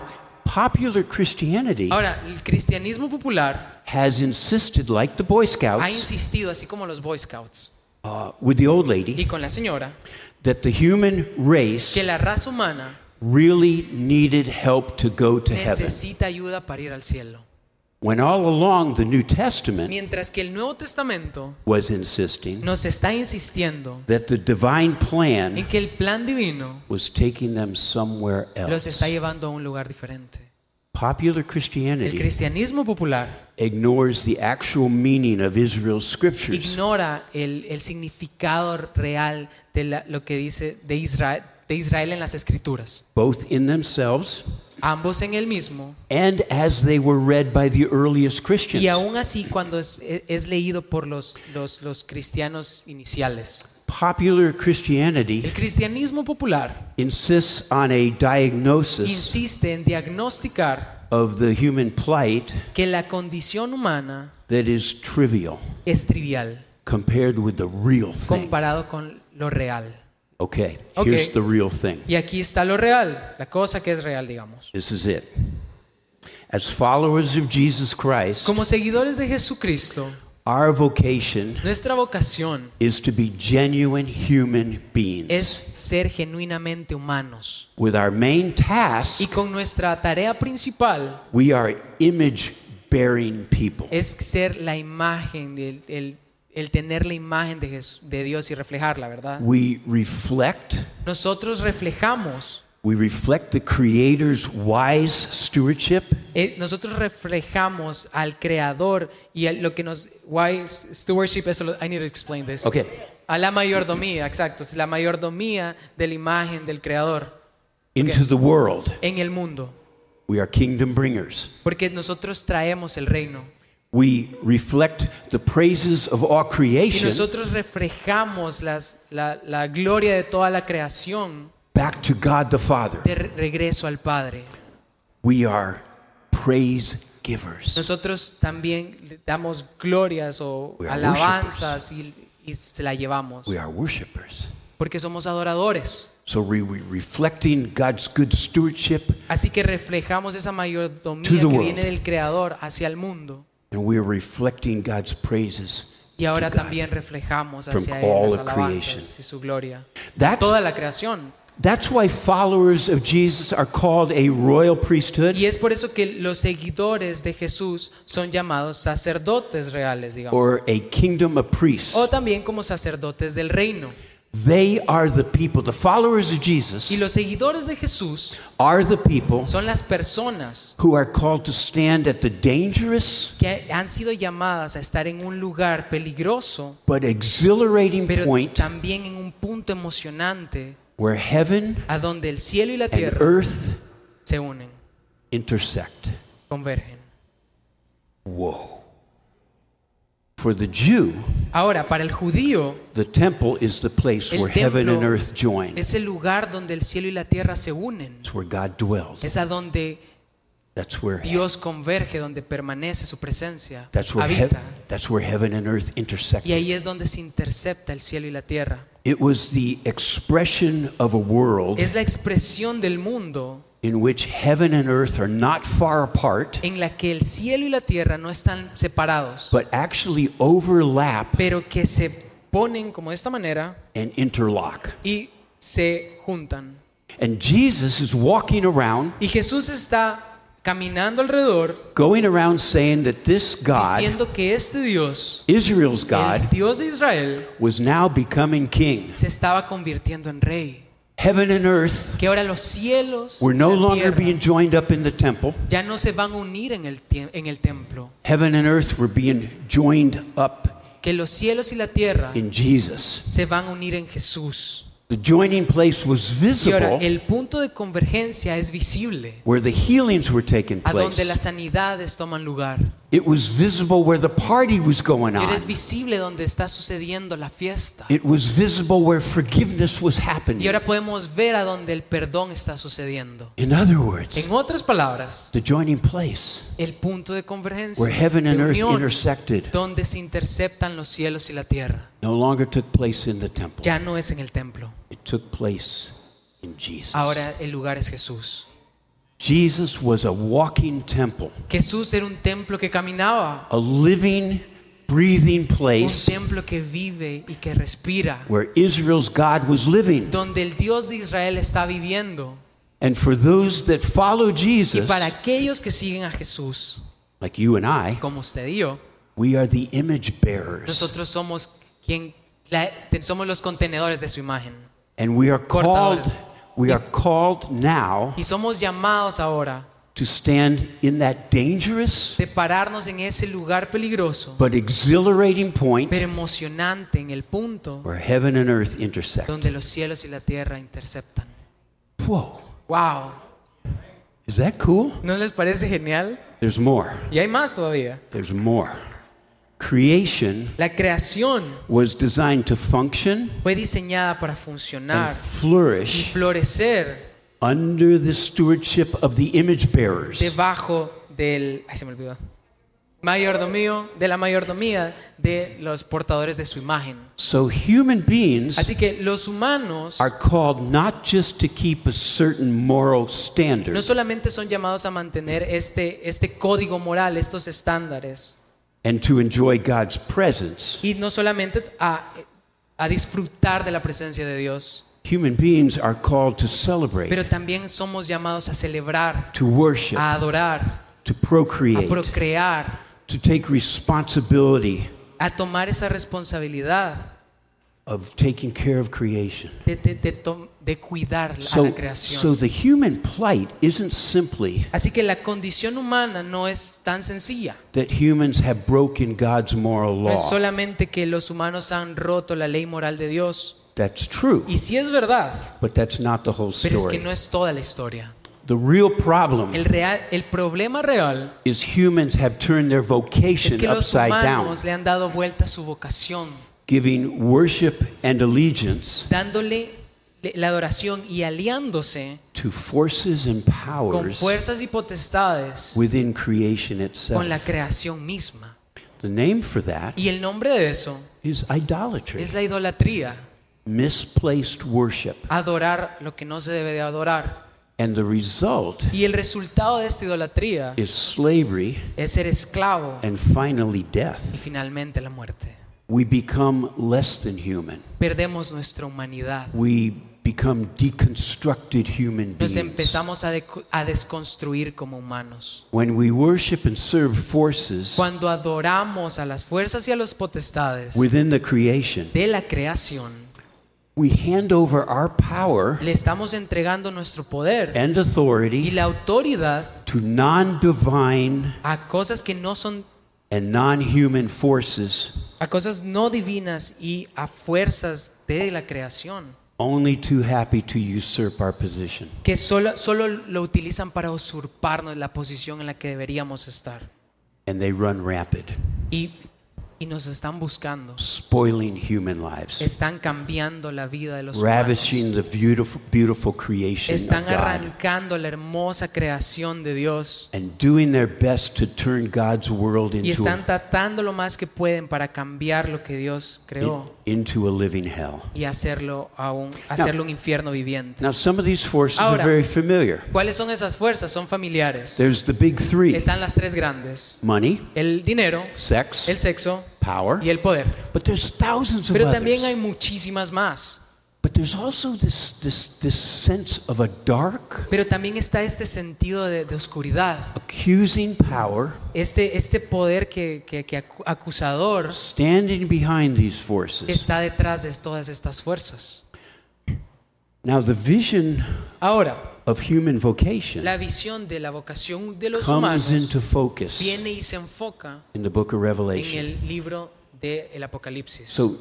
[SPEAKER 2] popular Christianity
[SPEAKER 1] Ahora, el cristianismo popular
[SPEAKER 2] has insisted, like the Boy
[SPEAKER 1] ha
[SPEAKER 2] Scouts
[SPEAKER 1] insistido, así como los Boy Scouts
[SPEAKER 2] uh, with the old lady,
[SPEAKER 1] y con la señora,
[SPEAKER 2] that the human race
[SPEAKER 1] que la raza humana
[SPEAKER 2] really needed help to go to heaven.
[SPEAKER 1] necesita ayuda para ir al cielo.
[SPEAKER 2] When all along the New Testament
[SPEAKER 1] Mientras que el Nuevo Testamento
[SPEAKER 2] was insisting
[SPEAKER 1] nos está insistiendo
[SPEAKER 2] that the divine plan
[SPEAKER 1] en que el plan divino
[SPEAKER 2] was taking them somewhere
[SPEAKER 1] los
[SPEAKER 2] else.
[SPEAKER 1] está llevando a un lugar diferente.
[SPEAKER 2] Popular
[SPEAKER 1] El
[SPEAKER 2] Christianity
[SPEAKER 1] cristianismo popular
[SPEAKER 2] ignores the actual meaning of Israel's scriptures.
[SPEAKER 1] ignora el, el significado real de la- lo que dice de Israel, de Israel en las escrituras.
[SPEAKER 2] both in themselves
[SPEAKER 1] Ambos en el mismo
[SPEAKER 2] and as they were read by the earliest Christians.
[SPEAKER 1] y aún así cuando es, es leído por los, los, los cristianos iniciales.
[SPEAKER 2] Popular Christianity
[SPEAKER 1] El cristianismo popular
[SPEAKER 2] insists on a diagnosis
[SPEAKER 1] insiste en diagnosticar
[SPEAKER 2] of the human plight
[SPEAKER 1] que la condición humana
[SPEAKER 2] that is trivial
[SPEAKER 1] es trivial
[SPEAKER 2] compared with the real thing.
[SPEAKER 1] comparado con lo real.
[SPEAKER 2] Okay,
[SPEAKER 1] Okay.
[SPEAKER 2] here's the real thing.
[SPEAKER 1] Y aquí está lo real, la cosa que es real, digamos.
[SPEAKER 2] This is it. As followers of Jesus Christ,
[SPEAKER 1] Como seguidores de Jesucristo,
[SPEAKER 2] our vocation
[SPEAKER 1] nuestra vocación
[SPEAKER 2] is to be genuine human beings
[SPEAKER 1] es ser genuinamente humanos.
[SPEAKER 2] with our main
[SPEAKER 1] Y
[SPEAKER 2] task
[SPEAKER 1] con nuestra tarea principal
[SPEAKER 2] We are image bearing people.
[SPEAKER 1] es ser la imagen, el, el- el tener la imagen de, Jes- de Dios y reflejarla, ¿verdad?
[SPEAKER 2] We reflect,
[SPEAKER 1] Nosotros reflejamos,
[SPEAKER 2] we reflect the Creator's wise stewardship
[SPEAKER 1] eh, nosotros reflejamos al Creador y a lo que nos... Wise stewardship, eso lo- I need to explain this.
[SPEAKER 2] Ok.
[SPEAKER 1] A la mayordomía, exacto, es la mayordomía de la imagen del Creador
[SPEAKER 2] into the world.
[SPEAKER 1] en el mundo,
[SPEAKER 2] We are kingdom bringers.
[SPEAKER 1] porque nosotros traemos el reino.
[SPEAKER 2] We reflect the praises of all
[SPEAKER 1] Y
[SPEAKER 2] creation
[SPEAKER 1] nosotros reflejamos las- la, la gloria de toda la creación
[SPEAKER 2] back to God the Father.
[SPEAKER 1] de re- regreso al Padre.
[SPEAKER 2] We are praise givers.
[SPEAKER 1] Nosotros también le damos glorias o
[SPEAKER 2] We are
[SPEAKER 1] alabanzas y, y se la llevamos
[SPEAKER 2] We are worshipers.
[SPEAKER 1] porque somos adoradores.
[SPEAKER 2] So we, we reflecting God's good stewardship
[SPEAKER 1] Así que reflejamos esa mayordomía
[SPEAKER 2] To the
[SPEAKER 1] que
[SPEAKER 2] world.
[SPEAKER 1] viene del Creador hacia el mundo
[SPEAKER 2] and we are reflecting God's praises.
[SPEAKER 1] y ahora
[SPEAKER 2] to God.
[SPEAKER 1] también reflejamos
[SPEAKER 2] From
[SPEAKER 1] hacia
[SPEAKER 2] all
[SPEAKER 1] Él las
[SPEAKER 2] of
[SPEAKER 1] alabanzas
[SPEAKER 2] creation.
[SPEAKER 1] y su gloria.
[SPEAKER 2] That's
[SPEAKER 1] Toda la creación.
[SPEAKER 2] That's why followers of Jesus are called a royal priesthood
[SPEAKER 1] Y es por eso que los seguidores de Jesús son llamados sacerdotes reales, digamos.
[SPEAKER 2] or a kingdom of priests.
[SPEAKER 1] O también como sacerdotes del reino.
[SPEAKER 2] They are the people. The followers of Jesus
[SPEAKER 1] Y los seguidores de Jesús
[SPEAKER 2] are the people
[SPEAKER 1] son las personas
[SPEAKER 2] who are called to stand at the dangerous
[SPEAKER 1] que han sido llamadas a estar en un lugar peligroso,
[SPEAKER 2] but exhilarating
[SPEAKER 1] pero
[SPEAKER 2] point
[SPEAKER 1] también en un punto emocionante
[SPEAKER 2] where heaven
[SPEAKER 1] a donde el cielo y la
[SPEAKER 2] and
[SPEAKER 1] tierra
[SPEAKER 2] earth
[SPEAKER 1] se unen,
[SPEAKER 2] intersect.
[SPEAKER 1] convergen.
[SPEAKER 2] Whoa. For the Jew,
[SPEAKER 1] Ahora, para el judío,
[SPEAKER 2] the temple is the place
[SPEAKER 1] El
[SPEAKER 2] where heaven and
[SPEAKER 1] templo
[SPEAKER 2] earth join.
[SPEAKER 1] es el lugar donde el cielo y la tierra se unen.
[SPEAKER 2] That's where God dwelled.
[SPEAKER 1] Es a donde
[SPEAKER 2] That's where
[SPEAKER 1] Dios converge, donde permanece su presencia,
[SPEAKER 2] that's where hea-
[SPEAKER 1] habita.
[SPEAKER 2] that's where heaven and earth intersect.
[SPEAKER 1] Y ahí es donde se intercepta el cielo y la tierra.
[SPEAKER 2] It was the expression of a world
[SPEAKER 1] Es la expresión del mundo
[SPEAKER 2] in which heaven and earth are not far apart,
[SPEAKER 1] en la que el cielo y la tierra no están separados,
[SPEAKER 2] but actually overlap
[SPEAKER 1] pero que se ponen como de esta manera
[SPEAKER 2] and interlock.
[SPEAKER 1] y se juntan.
[SPEAKER 2] And Jesus is walking around,
[SPEAKER 1] Y Jesús está caminando alrededor
[SPEAKER 2] going around saying that this God,
[SPEAKER 1] diciendo que este Dios,
[SPEAKER 2] Israel's
[SPEAKER 1] el
[SPEAKER 2] God,
[SPEAKER 1] Dios de Israel,
[SPEAKER 2] was now becoming king.
[SPEAKER 1] se estaba convirtiendo en rey.
[SPEAKER 2] Heaven and earth
[SPEAKER 1] Que ahora los cielos
[SPEAKER 2] were
[SPEAKER 1] y
[SPEAKER 2] no
[SPEAKER 1] la
[SPEAKER 2] longer
[SPEAKER 1] tierra
[SPEAKER 2] being joined up in the temple.
[SPEAKER 1] ya no se van a unir en el, tie- en el templo.
[SPEAKER 2] Heaven and earth were being joined up
[SPEAKER 1] Que los cielos y la tierra
[SPEAKER 2] in Jesus.
[SPEAKER 1] se van a unir en Jesús.
[SPEAKER 2] The joining place was
[SPEAKER 1] Y ahora,
[SPEAKER 2] visible
[SPEAKER 1] el punto de convergencia es visible.
[SPEAKER 2] where the healings were taking
[SPEAKER 1] a donde
[SPEAKER 2] place.
[SPEAKER 1] las sanidades toman lugar.
[SPEAKER 2] It was visible where the party was going
[SPEAKER 1] Que
[SPEAKER 2] on.
[SPEAKER 1] eres visible donde está sucediendo la fiesta.
[SPEAKER 2] It was visible where forgiveness was
[SPEAKER 1] Y
[SPEAKER 2] happening.
[SPEAKER 1] ahora podemos ver a donde el perdón está sucediendo.
[SPEAKER 2] In other words,
[SPEAKER 1] En otras palabras,
[SPEAKER 2] the joining place
[SPEAKER 1] el punto de convergencia,
[SPEAKER 2] where heaven and
[SPEAKER 1] de
[SPEAKER 2] earth
[SPEAKER 1] unión,
[SPEAKER 2] intersected
[SPEAKER 1] donde se interceptan los cielos y la tierra,
[SPEAKER 2] no longer took place in the temple.
[SPEAKER 1] ya no es en el templo.
[SPEAKER 2] It took place in Jesus.
[SPEAKER 1] Ahora el lugar es Jesús.
[SPEAKER 2] Jesus was a walking temple,
[SPEAKER 1] Jesús era un templo que caminaba,
[SPEAKER 2] a living, breathing
[SPEAKER 1] un
[SPEAKER 2] place
[SPEAKER 1] templo que vive y que respira,
[SPEAKER 2] where Israel's God was living.
[SPEAKER 1] donde el Dios de Israel está viviendo.
[SPEAKER 2] And for those that follow
[SPEAKER 1] Y
[SPEAKER 2] Jesus,
[SPEAKER 1] para aquellos que siguen a Jesús,
[SPEAKER 2] like you and I,
[SPEAKER 1] como usted y yo,
[SPEAKER 2] we are the image bearers.
[SPEAKER 1] Nosotros somos quien la- te- somos los contenedores de su imagen
[SPEAKER 2] And we are called,
[SPEAKER 1] Portadores.
[SPEAKER 2] we are called now
[SPEAKER 1] y somos llamados ahora
[SPEAKER 2] to stand in that dangerous
[SPEAKER 1] de pararnos en ese lugar peligroso
[SPEAKER 2] but exhilarating point
[SPEAKER 1] pero emocionante en el punto
[SPEAKER 2] where heaven and earth intersect.
[SPEAKER 1] donde los cielos y la tierra interceptan.
[SPEAKER 2] Whoa,
[SPEAKER 1] Wow,
[SPEAKER 2] is that cool?
[SPEAKER 1] ¿no les parece genial?
[SPEAKER 2] There's more.
[SPEAKER 1] Y hay más todavía.
[SPEAKER 2] There's more. Creation
[SPEAKER 1] La creación
[SPEAKER 2] was designed to function
[SPEAKER 1] fue diseñada para
[SPEAKER 2] and
[SPEAKER 1] funcionar y
[SPEAKER 2] flourish
[SPEAKER 1] florecer
[SPEAKER 2] under the stewardship of the image bearers.
[SPEAKER 1] debajo del ay se me olvidó. Mayordomío, de la mayordomía de los portadores de su imagen.
[SPEAKER 2] So human beings
[SPEAKER 1] Así que los humanos
[SPEAKER 2] are called not just to keep a certain moral
[SPEAKER 1] no
[SPEAKER 2] standard
[SPEAKER 1] solamente son llamados a mantener este, este código moral, estos estándares,
[SPEAKER 2] and to enjoy God's presence.
[SPEAKER 1] y no solamente a, a disfrutar de la presencia de Dios,
[SPEAKER 2] Human beings are called to celebrate,
[SPEAKER 1] pero Ah. también somos llamados a celebrar,
[SPEAKER 2] to worship,
[SPEAKER 1] a adorar,
[SPEAKER 2] to
[SPEAKER 1] a
[SPEAKER 2] procreate,
[SPEAKER 1] procrear,
[SPEAKER 2] to take responsibility
[SPEAKER 1] a tomar esa responsabilidad
[SPEAKER 2] of taking care of creation.
[SPEAKER 1] de, de- de to- de cuidar a
[SPEAKER 2] So,
[SPEAKER 1] la
[SPEAKER 2] so
[SPEAKER 1] creación.
[SPEAKER 2] the human plight isn't simply
[SPEAKER 1] Así que la condición humana no es tan sencilla.
[SPEAKER 2] that humans have broken God's moral
[SPEAKER 1] No es
[SPEAKER 2] law.
[SPEAKER 1] solamente que los humanos han roto la ley moral de Dios.
[SPEAKER 2] That's true,
[SPEAKER 1] Y sí es verdad,
[SPEAKER 2] but that's not the whole
[SPEAKER 1] pero es que
[SPEAKER 2] story.
[SPEAKER 1] no es toda la historia.
[SPEAKER 2] The real problem
[SPEAKER 1] El, real, el problema real
[SPEAKER 2] is humans have turned their
[SPEAKER 1] es
[SPEAKER 2] vocation
[SPEAKER 1] que los
[SPEAKER 2] upside down,
[SPEAKER 1] humanos le han dado vuelta a su vocación,
[SPEAKER 2] giving worship and allegiance
[SPEAKER 1] dándole la adoración y aliándose
[SPEAKER 2] to forces and
[SPEAKER 1] con
[SPEAKER 2] powers
[SPEAKER 1] fuerzas y potestades
[SPEAKER 2] within creation
[SPEAKER 1] con la
[SPEAKER 2] itself.
[SPEAKER 1] creación misma.
[SPEAKER 2] The name for that
[SPEAKER 1] Y el nombre de eso
[SPEAKER 2] is idolatry,
[SPEAKER 1] es la idolatría,
[SPEAKER 2] misplaced worship.
[SPEAKER 1] adorar lo que no se debe de adorar.
[SPEAKER 2] And the result
[SPEAKER 1] Y el resultado de esta idolatría
[SPEAKER 2] is slavery
[SPEAKER 1] es ser esclavo
[SPEAKER 2] and finally
[SPEAKER 1] y
[SPEAKER 2] death.
[SPEAKER 1] finalmente la muerte.
[SPEAKER 2] We become less than human.
[SPEAKER 1] Perdemos nuestra humanidad,
[SPEAKER 2] We become deconstructed human
[SPEAKER 1] Nos
[SPEAKER 2] beings.
[SPEAKER 1] empezamos a, de- a desconstruir como humanos.
[SPEAKER 2] When we worship and serve forces
[SPEAKER 1] Cuando adoramos a las fuerzas y a las potestades
[SPEAKER 2] within the creation,
[SPEAKER 1] de la creación,
[SPEAKER 2] we hand over our power
[SPEAKER 1] le estamos entregando nuestro poder
[SPEAKER 2] and
[SPEAKER 1] y
[SPEAKER 2] authority
[SPEAKER 1] la autoridad
[SPEAKER 2] to non divine
[SPEAKER 1] a cosas que no son,
[SPEAKER 2] and non human forces
[SPEAKER 1] a cosas no divinas y a fuerzas de la creación
[SPEAKER 2] only too happy to usurp our position.
[SPEAKER 1] que solo, solo lo utilizan para usurparnos la posición en la que deberíamos estar.
[SPEAKER 2] And they run rampant,
[SPEAKER 1] Y, y nos están buscando.
[SPEAKER 2] spoiling human lives,
[SPEAKER 1] Están cambiando la vida de los humanos.
[SPEAKER 2] ravishing the beautiful, beautiful creation of
[SPEAKER 1] Están
[SPEAKER 2] God.
[SPEAKER 1] arrancando la hermosa creación de Dios
[SPEAKER 2] and doing their best to turn God's world
[SPEAKER 1] y
[SPEAKER 2] into
[SPEAKER 1] están tratando lo más que pueden para cambiar lo que Dios
[SPEAKER 2] in-
[SPEAKER 1] creó
[SPEAKER 2] into a living hell.
[SPEAKER 1] y hacerlo, a un, hacerlo un infierno viviente.
[SPEAKER 2] Now, some of these forces are
[SPEAKER 1] Ahora.
[SPEAKER 2] very familiar.
[SPEAKER 1] ¿Cuáles son esas fuerzas? Son familiares.
[SPEAKER 2] There's the big three:
[SPEAKER 1] Están las tres grandes.
[SPEAKER 2] money,
[SPEAKER 1] El dinero,
[SPEAKER 2] sex,
[SPEAKER 1] el sexo
[SPEAKER 2] power.
[SPEAKER 1] y el poder.
[SPEAKER 2] But there's thousands of
[SPEAKER 1] Pero también
[SPEAKER 2] others.
[SPEAKER 1] hay muchísimas más.
[SPEAKER 2] But there's also this this this sense of a dark,
[SPEAKER 1] Pero también está este sentido de, de oscuridad,
[SPEAKER 2] accusing power
[SPEAKER 1] este, este poder que, que- que acu- acusador
[SPEAKER 2] standing behind these forces.
[SPEAKER 1] que está detrás de todas estas fuerzas.
[SPEAKER 2] Now, the vision
[SPEAKER 1] Ahora,
[SPEAKER 2] of human vocation
[SPEAKER 1] la visión de la vocación de los
[SPEAKER 2] comes
[SPEAKER 1] humanos
[SPEAKER 2] into focus
[SPEAKER 1] viene y se enfoca
[SPEAKER 2] in the Book of
[SPEAKER 1] en
[SPEAKER 2] Revelation.
[SPEAKER 1] el libro del Apocalipsis.
[SPEAKER 2] So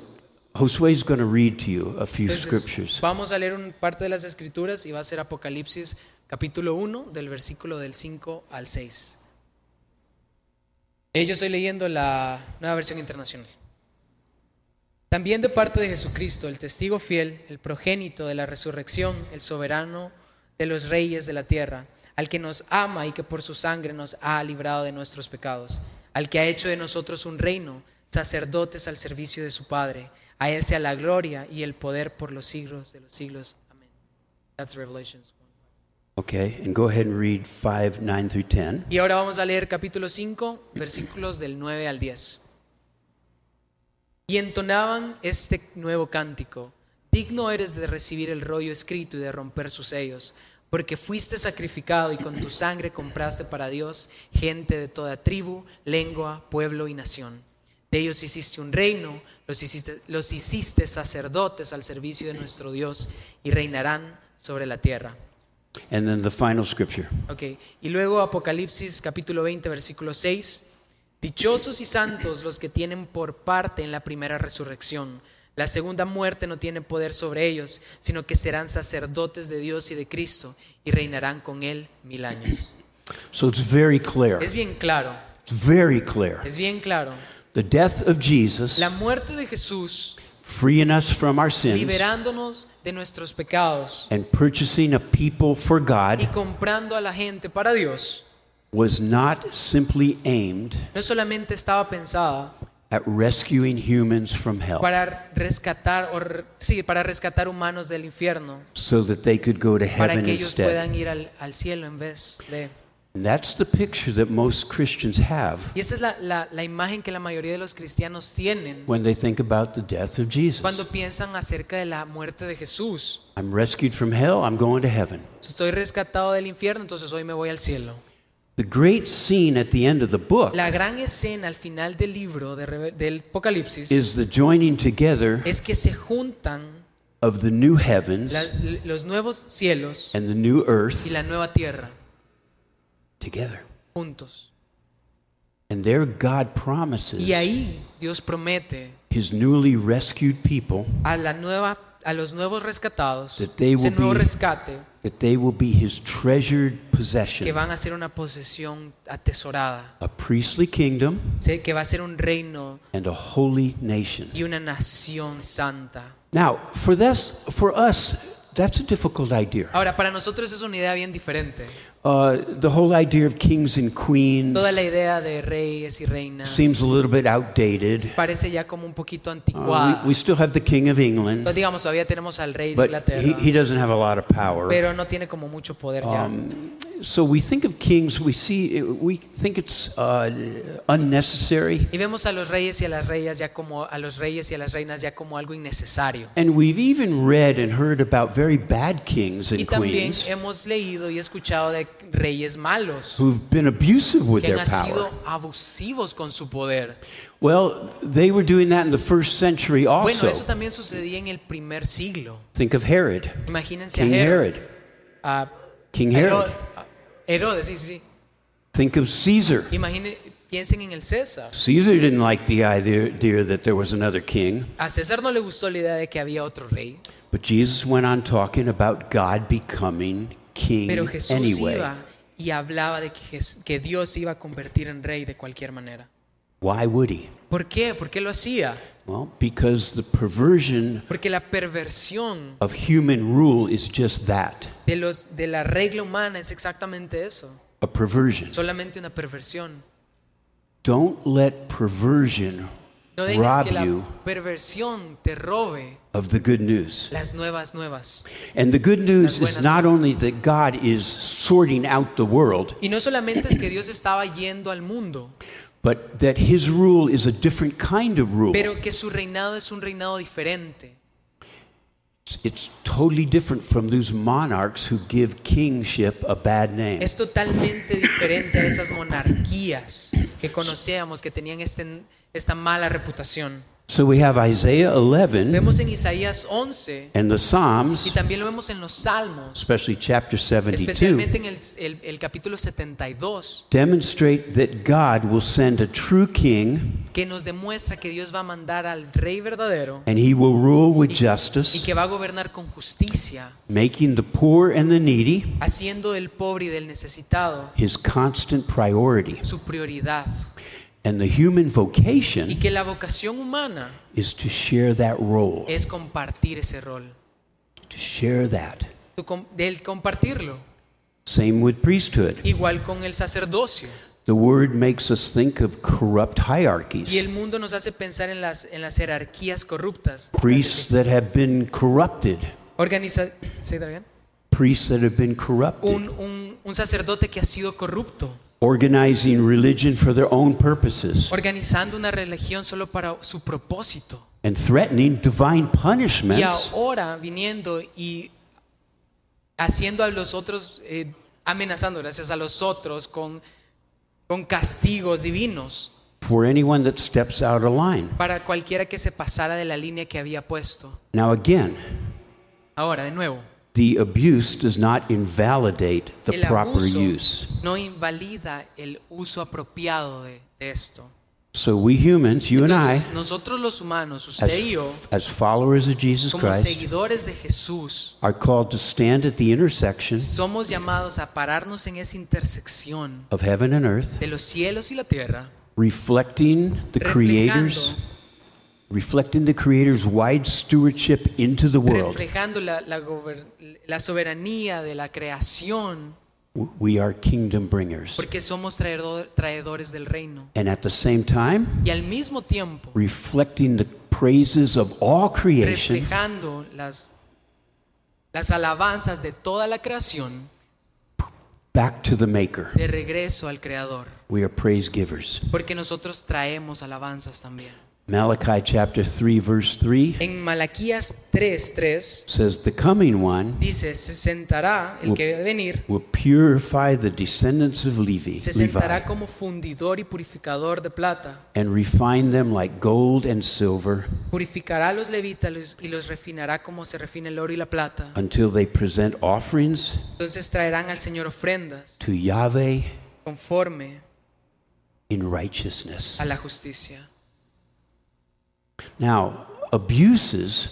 [SPEAKER 2] Josue is going to read to you a few
[SPEAKER 1] Entonces,
[SPEAKER 2] scriptures.
[SPEAKER 1] vamos a leer un parte de las escrituras y va a ser Apocalipsis capítulo 1 del versículo del 5 al 6. Eh, yo estoy leyendo la nueva versión internacional. También de parte de Jesucristo, el testigo fiel, el progénito de la resurrección, el soberano de los reyes de la tierra, al que nos ama y que por su sangre nos ha librado de nuestros pecados, al que ha hecho de nosotros un reino, sacerdotes al servicio de su Padre. A él sea la gloria y el poder por los siglos de los siglos. Amén. That's Revelations 1.
[SPEAKER 2] Okay, and go ahead and read 5, 9 through 10.
[SPEAKER 1] Y ahora vamos a leer capítulo 5, versículos del 9 al 10. Y entonaban este nuevo cántico. Digno eres de recibir el rollo escrito y de romper sus sellos, porque fuiste sacrificado y con tu sangre compraste para Dios gente de toda tribu, lengua, pueblo y nación. De ellos hiciste un reino, los hiciste, los hiciste sacerdotes al servicio de nuestro Dios y reinarán sobre la tierra.
[SPEAKER 2] And then the final scripture.
[SPEAKER 1] Ok, y luego Apocalipsis capítulo 20, versículo 6. Dichosos y santos los que tienen por parte en la primera resurrección. La segunda muerte no tiene poder sobre ellos, sino que serán sacerdotes de Dios y de Cristo y reinarán con Él mil años.
[SPEAKER 2] So it's very clear.
[SPEAKER 1] Es
[SPEAKER 2] It's
[SPEAKER 1] bien claro,
[SPEAKER 2] very clear.
[SPEAKER 1] es bien claro.
[SPEAKER 2] The death of Jesus,
[SPEAKER 1] La muerte de Jesús,
[SPEAKER 2] freeing us from our sins
[SPEAKER 1] liberándonos de nuestros pecados
[SPEAKER 2] and purchasing a people for
[SPEAKER 1] y
[SPEAKER 2] God,
[SPEAKER 1] comprando a la gente para Dios,
[SPEAKER 2] was not simply aimed
[SPEAKER 1] no solamente estaba pensada
[SPEAKER 2] at rescuing humans from hell
[SPEAKER 1] para rescatar o re- sí, para rescatar humanos del infierno
[SPEAKER 2] so that they could go to
[SPEAKER 1] para
[SPEAKER 2] heaven
[SPEAKER 1] que ellos
[SPEAKER 2] instead.
[SPEAKER 1] puedan ir al, al cielo en vez de
[SPEAKER 2] And that's the picture that most Christians have
[SPEAKER 1] y esa es la, la- la imagen que la mayoría de los cristianos tienen
[SPEAKER 2] when they think about the death of Jesus.
[SPEAKER 1] cuando piensan acerca de la muerte de Jesús
[SPEAKER 2] I'm rescued from hell, I'm going to heaven.
[SPEAKER 1] estoy rescatado del infierno entonces hoy me voy al cielo
[SPEAKER 2] The great scene at the end of the book
[SPEAKER 1] la gran escena al final del libro de Reve- del Apocalipsis
[SPEAKER 2] is the joining together
[SPEAKER 1] es que se juntan
[SPEAKER 2] of the new heavens
[SPEAKER 1] la- los nuevos cielos
[SPEAKER 2] and the new
[SPEAKER 1] y
[SPEAKER 2] earth
[SPEAKER 1] la nueva tierra
[SPEAKER 2] together.
[SPEAKER 1] juntos
[SPEAKER 2] And there God promises
[SPEAKER 1] y ahí Dios promete
[SPEAKER 2] his newly rescued people
[SPEAKER 1] a la nueva a los nuevos rescatados
[SPEAKER 2] That they
[SPEAKER 1] ese
[SPEAKER 2] will
[SPEAKER 1] nuevo
[SPEAKER 2] be-
[SPEAKER 1] rescate
[SPEAKER 2] that they will be his treasured
[SPEAKER 1] que
[SPEAKER 2] possession,
[SPEAKER 1] van a ser una posesión atesorada
[SPEAKER 2] a priestly kingdom
[SPEAKER 1] sé que va a ser un reino
[SPEAKER 2] and a holy nation.
[SPEAKER 1] y una nación santa
[SPEAKER 2] Now, for this for us, that's a difficult idea.
[SPEAKER 1] ahora para nosotros es una idea bien diferente
[SPEAKER 2] Uh, the whole idea of kings and queens
[SPEAKER 1] Toda la idea de reyes y reinas
[SPEAKER 2] seems a little bit outdated.
[SPEAKER 1] parece ya como un poquito
[SPEAKER 2] Uh,
[SPEAKER 1] anticuada.
[SPEAKER 2] we, we still have the King of England,
[SPEAKER 1] Entonces, digamos, todavía tenemos al rey de
[SPEAKER 2] but he,
[SPEAKER 1] Inglaterra,
[SPEAKER 2] he doesn't have a lot of power.
[SPEAKER 1] pero no tiene como mucho poder ya.
[SPEAKER 2] Um, So we think of kings, we see, we think it's uh, unnecessary,
[SPEAKER 1] Y vemos a los reyes y a las reinas ya como a los reyes y a las reinas ya como algo innecesario.
[SPEAKER 2] and we've even read and heard about very bad kings
[SPEAKER 1] Y
[SPEAKER 2] and
[SPEAKER 1] también
[SPEAKER 2] queens
[SPEAKER 1] hemos leído y escuchado de reyes malos
[SPEAKER 2] who've been abusive with
[SPEAKER 1] que
[SPEAKER 2] their
[SPEAKER 1] han sido
[SPEAKER 2] power.
[SPEAKER 1] abusivos con su poder.
[SPEAKER 2] Well, they were doing that in the first century
[SPEAKER 1] Bueno,
[SPEAKER 2] also.
[SPEAKER 1] eso también sucedía en el primer siglo.
[SPEAKER 2] Think of Herod,
[SPEAKER 1] Imagínense a
[SPEAKER 2] King
[SPEAKER 1] Herod,
[SPEAKER 2] Herod,
[SPEAKER 1] a
[SPEAKER 2] King
[SPEAKER 1] Herod-
[SPEAKER 2] Herod.
[SPEAKER 1] a Herodes, sí, sí.
[SPEAKER 2] Think of Caesar.
[SPEAKER 1] sí. Imagine, piensen en el César.
[SPEAKER 2] Caesar didn't like the idea that there was another king,
[SPEAKER 1] A César no le gustó la idea de que había otro rey,
[SPEAKER 2] but Jesus went on talking about God becoming king
[SPEAKER 1] pero Jesús
[SPEAKER 2] Mm, anyway.
[SPEAKER 1] iba y hablaba de que, Jes- que Dios se iba a convertir en rey de cualquier manera.
[SPEAKER 2] Why would he?
[SPEAKER 1] ¿Por qué? ¿Por qué lo hacía?
[SPEAKER 2] Well, because the perversion
[SPEAKER 1] Porque la perversión
[SPEAKER 2] of human rule is just that
[SPEAKER 1] de, los, de la regla humana es exactamente eso,
[SPEAKER 2] a perversion.
[SPEAKER 1] solamente una perversión.
[SPEAKER 2] Don't let perversion
[SPEAKER 1] No dejes
[SPEAKER 2] rob
[SPEAKER 1] que la
[SPEAKER 2] you
[SPEAKER 1] perversión te robe
[SPEAKER 2] of the good news.
[SPEAKER 1] las nuevas nuevas.
[SPEAKER 2] And the good news
[SPEAKER 1] Las
[SPEAKER 2] is
[SPEAKER 1] buenas
[SPEAKER 2] not
[SPEAKER 1] nuevas.
[SPEAKER 2] only that God is sorting out the world,
[SPEAKER 1] Y no solamente es que Dios estaba yendo al mundo,
[SPEAKER 2] but that his rule is a different kind of rule.
[SPEAKER 1] pero que su reinado es un reinado diferente.
[SPEAKER 2] It's totally different from those monarchs who give kingship a bad name.
[SPEAKER 1] Es totalmente diferente a esas monarquías que conocíamos, que tenían este- esta mala reputación.
[SPEAKER 2] So we have Isaiah 11
[SPEAKER 1] Vemos en Isaías 11
[SPEAKER 2] and the
[SPEAKER 1] y
[SPEAKER 2] Psalms,
[SPEAKER 1] también lo vemos en los Salmos,
[SPEAKER 2] especially chapter 72,
[SPEAKER 1] especialmente en el, el- el capítulo 72,
[SPEAKER 2] demonstrate that God will send a true king
[SPEAKER 1] que nos demuestra que Dios va a mandar al rey verdadero
[SPEAKER 2] and he will rule with
[SPEAKER 1] y
[SPEAKER 2] justice,
[SPEAKER 1] que va a gobernar con justicia,
[SPEAKER 2] making the poor and the needy
[SPEAKER 1] haciendo del pobre y del necesitado
[SPEAKER 2] his constant priority.
[SPEAKER 1] su prioridad.
[SPEAKER 2] And the human vocation
[SPEAKER 1] Y que la vocación humana
[SPEAKER 2] is to share that role,
[SPEAKER 1] es compartir ese rol,
[SPEAKER 2] to share that.
[SPEAKER 1] Tu com- del compartirlo,
[SPEAKER 2] Same with priesthood.
[SPEAKER 1] igual con el sacerdocio.
[SPEAKER 2] The word makes us think of corrupt
[SPEAKER 1] Y el
[SPEAKER 2] hierarchies,
[SPEAKER 1] mundo nos hace pensar en las, en las jerarquías corruptas.
[SPEAKER 2] priests that have been corrupted,
[SPEAKER 1] Organiza ¿Sí, está bien?
[SPEAKER 2] priests that have been corrupted,
[SPEAKER 1] Un, un- un sacerdote que ha sido corrupto,
[SPEAKER 2] organizing religion for their own purposes,
[SPEAKER 1] organizando una religión solo para su propósito.
[SPEAKER 2] and threatening divine
[SPEAKER 1] Y
[SPEAKER 2] punishments
[SPEAKER 1] ahora viniendo y haciendo a los otros, eh, amenazando gracias a los otros con, con castigos divinos
[SPEAKER 2] for anyone that steps out of line.
[SPEAKER 1] para cualquiera que se pasara de la línea que había puesto.
[SPEAKER 2] Now, again,
[SPEAKER 1] Ahora, de nuevo,
[SPEAKER 2] the abuse does not invalidate the
[SPEAKER 1] el
[SPEAKER 2] proper
[SPEAKER 1] abuso
[SPEAKER 2] use.
[SPEAKER 1] no invalida el uso apropiado de- de esto.
[SPEAKER 2] So, we humans, you and I,
[SPEAKER 1] Entonces, nosotros los humanos, usted y yo,
[SPEAKER 2] as, as followers of Jesus
[SPEAKER 1] como
[SPEAKER 2] Christ,
[SPEAKER 1] seguidores de Jesús,
[SPEAKER 2] are called to stand at the intersection
[SPEAKER 1] somos llamados a pararnos en esa intersección
[SPEAKER 2] of heaven and earth,
[SPEAKER 1] de los cielos y la tierra,
[SPEAKER 2] reflecting the Creator's
[SPEAKER 1] reflejando,
[SPEAKER 2] reflecting the Creator's wide stewardship into the world.
[SPEAKER 1] reflejando la, la gober- la soberanía de la creación,
[SPEAKER 2] W- We are kingdom bringers,
[SPEAKER 1] porque somos traedo- traedores del reino.
[SPEAKER 2] and at the same time,
[SPEAKER 1] Y al mismo tiempo,
[SPEAKER 2] reflecting the praises of all creation
[SPEAKER 1] reflejando las, las alabanzas de toda la creación,
[SPEAKER 2] back to the Maker.
[SPEAKER 1] de regreso al Creador,
[SPEAKER 2] We are praise givers.
[SPEAKER 1] porque nosotros traemos alabanzas también.
[SPEAKER 2] Malachi chapter three, verse three
[SPEAKER 1] En Malaquías 3:3
[SPEAKER 2] says, "The coming one."
[SPEAKER 1] dice, se sentará el que debe venir,
[SPEAKER 2] Will purify the descendants of Levi,
[SPEAKER 1] se
[SPEAKER 2] Levi
[SPEAKER 1] sentará como fundidor y purificador de plata,
[SPEAKER 2] and refine them like gold and silver
[SPEAKER 1] purificará a los levitas y los refinará como se refina el oro y la plata.
[SPEAKER 2] until they present offerings
[SPEAKER 1] Entonces traerán al Señor ofrendas
[SPEAKER 2] to Yahweh
[SPEAKER 1] conforme
[SPEAKER 2] in righteousness.
[SPEAKER 1] a la justicia.
[SPEAKER 2] Now, abuses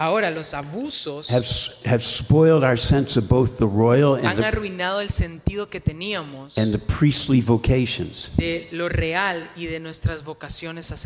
[SPEAKER 1] Ahora los abusos
[SPEAKER 2] have, have spoiled our sense of both the royal and
[SPEAKER 1] han
[SPEAKER 2] the,
[SPEAKER 1] arruinado el sentido que teníamos
[SPEAKER 2] and the priestly vocations.
[SPEAKER 1] de lo real y de nuestras vocaciones
[SPEAKER 2] Now, he-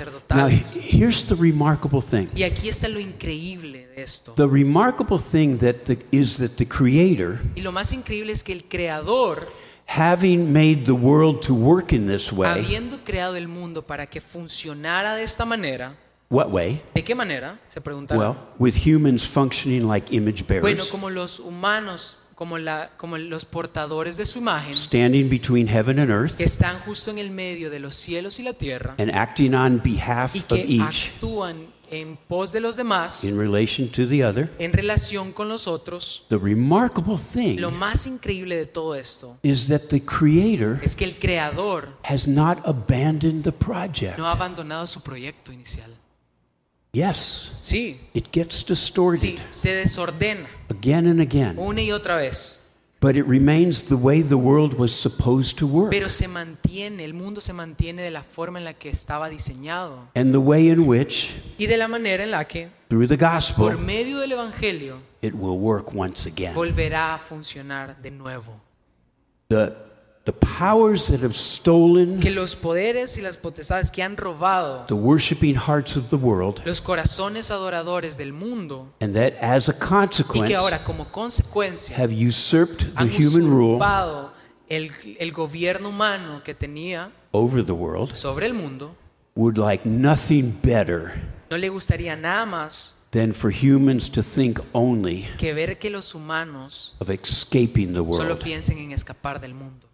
[SPEAKER 1] sacerdotales.
[SPEAKER 2] here's the remarkable thing.
[SPEAKER 1] Y aquí está lo increíble de esto.
[SPEAKER 2] The remarkable thing that the, is that the Creator
[SPEAKER 1] Y lo más increíble es que el creador
[SPEAKER 2] having made the world to work in this way,
[SPEAKER 1] Habiendo creado el mundo para que funcionara de esta manera,
[SPEAKER 2] what way?
[SPEAKER 1] ¿de qué manera? Se preguntaron.
[SPEAKER 2] Well, with humans functioning like image
[SPEAKER 1] bueno,
[SPEAKER 2] bearers,
[SPEAKER 1] como los humanos, como, la, como los portadores de su imagen,
[SPEAKER 2] standing between heaven and
[SPEAKER 1] que
[SPEAKER 2] earth,
[SPEAKER 1] están justo en el medio de los cielos y la tierra
[SPEAKER 2] and acting on
[SPEAKER 1] y
[SPEAKER 2] behalf of
[SPEAKER 1] que
[SPEAKER 2] each
[SPEAKER 1] actúan en pos de los demás,
[SPEAKER 2] in relation to the other.
[SPEAKER 1] en relación con los otros.
[SPEAKER 2] The remarkable
[SPEAKER 1] Lo
[SPEAKER 2] thing
[SPEAKER 1] más increíble de todo esto
[SPEAKER 2] is that the Creator
[SPEAKER 1] es que el creador
[SPEAKER 2] has not abandoned the project.
[SPEAKER 1] no ha abandonado su proyecto inicial.
[SPEAKER 2] Yes,
[SPEAKER 1] Sí,
[SPEAKER 2] it gets distorted
[SPEAKER 1] sí, se desordena
[SPEAKER 2] again and again,
[SPEAKER 1] una y otra vez,
[SPEAKER 2] but it remains the way the world was supposed to work
[SPEAKER 1] pero se mantiene, el mundo se mantiene de la forma en la que estaba diseñado
[SPEAKER 2] and the way in which,
[SPEAKER 1] y de la manera en la que,
[SPEAKER 2] through the
[SPEAKER 1] por
[SPEAKER 2] gospel,
[SPEAKER 1] medio del Evangelio,
[SPEAKER 2] it will work once again.
[SPEAKER 1] volverá a funcionar de nuevo.
[SPEAKER 2] The, the powers that have stolen
[SPEAKER 1] Que los poderes y las potestades que han robado
[SPEAKER 2] the worshiping hearts of the world,
[SPEAKER 1] los corazones adoradores del mundo
[SPEAKER 2] and that as a
[SPEAKER 1] y
[SPEAKER 2] consequence
[SPEAKER 1] que ahora como consecuencia
[SPEAKER 2] have usurped the
[SPEAKER 1] han
[SPEAKER 2] human rule
[SPEAKER 1] usurpado el, el gobierno humano que tenía
[SPEAKER 2] over the world,
[SPEAKER 1] sobre el mundo,
[SPEAKER 2] would like nothing better
[SPEAKER 1] no le gustaría nada más
[SPEAKER 2] than for humans to think only
[SPEAKER 1] que ver que los humanos
[SPEAKER 2] of escaping the
[SPEAKER 1] solo
[SPEAKER 2] world.
[SPEAKER 1] piensen en escapar del mundo.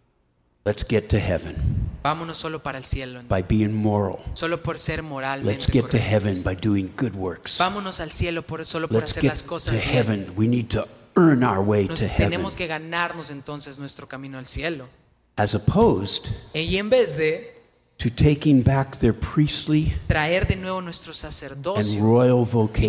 [SPEAKER 2] Let's get to heaven
[SPEAKER 1] Vámonos solo para el cielo,
[SPEAKER 2] by being moral.
[SPEAKER 1] solo por ser
[SPEAKER 2] Let's
[SPEAKER 1] moralmente
[SPEAKER 2] get to
[SPEAKER 1] correctos.
[SPEAKER 2] heaven by doing good works.
[SPEAKER 1] Vámonos al cielo por, solo por
[SPEAKER 2] Let's
[SPEAKER 1] hacer
[SPEAKER 2] get
[SPEAKER 1] las
[SPEAKER 2] to
[SPEAKER 1] cosas bien.
[SPEAKER 2] heaven. We need to earn our way
[SPEAKER 1] Nos
[SPEAKER 2] to heaven.
[SPEAKER 1] tenemos que ganarnos entonces nuestro camino al cielo.
[SPEAKER 2] As opposed
[SPEAKER 1] Y en vez de
[SPEAKER 2] to taking back their priestly
[SPEAKER 1] traer de nuevo nuestro
[SPEAKER 2] and
[SPEAKER 1] sacerdocio,
[SPEAKER 2] royal
[SPEAKER 1] y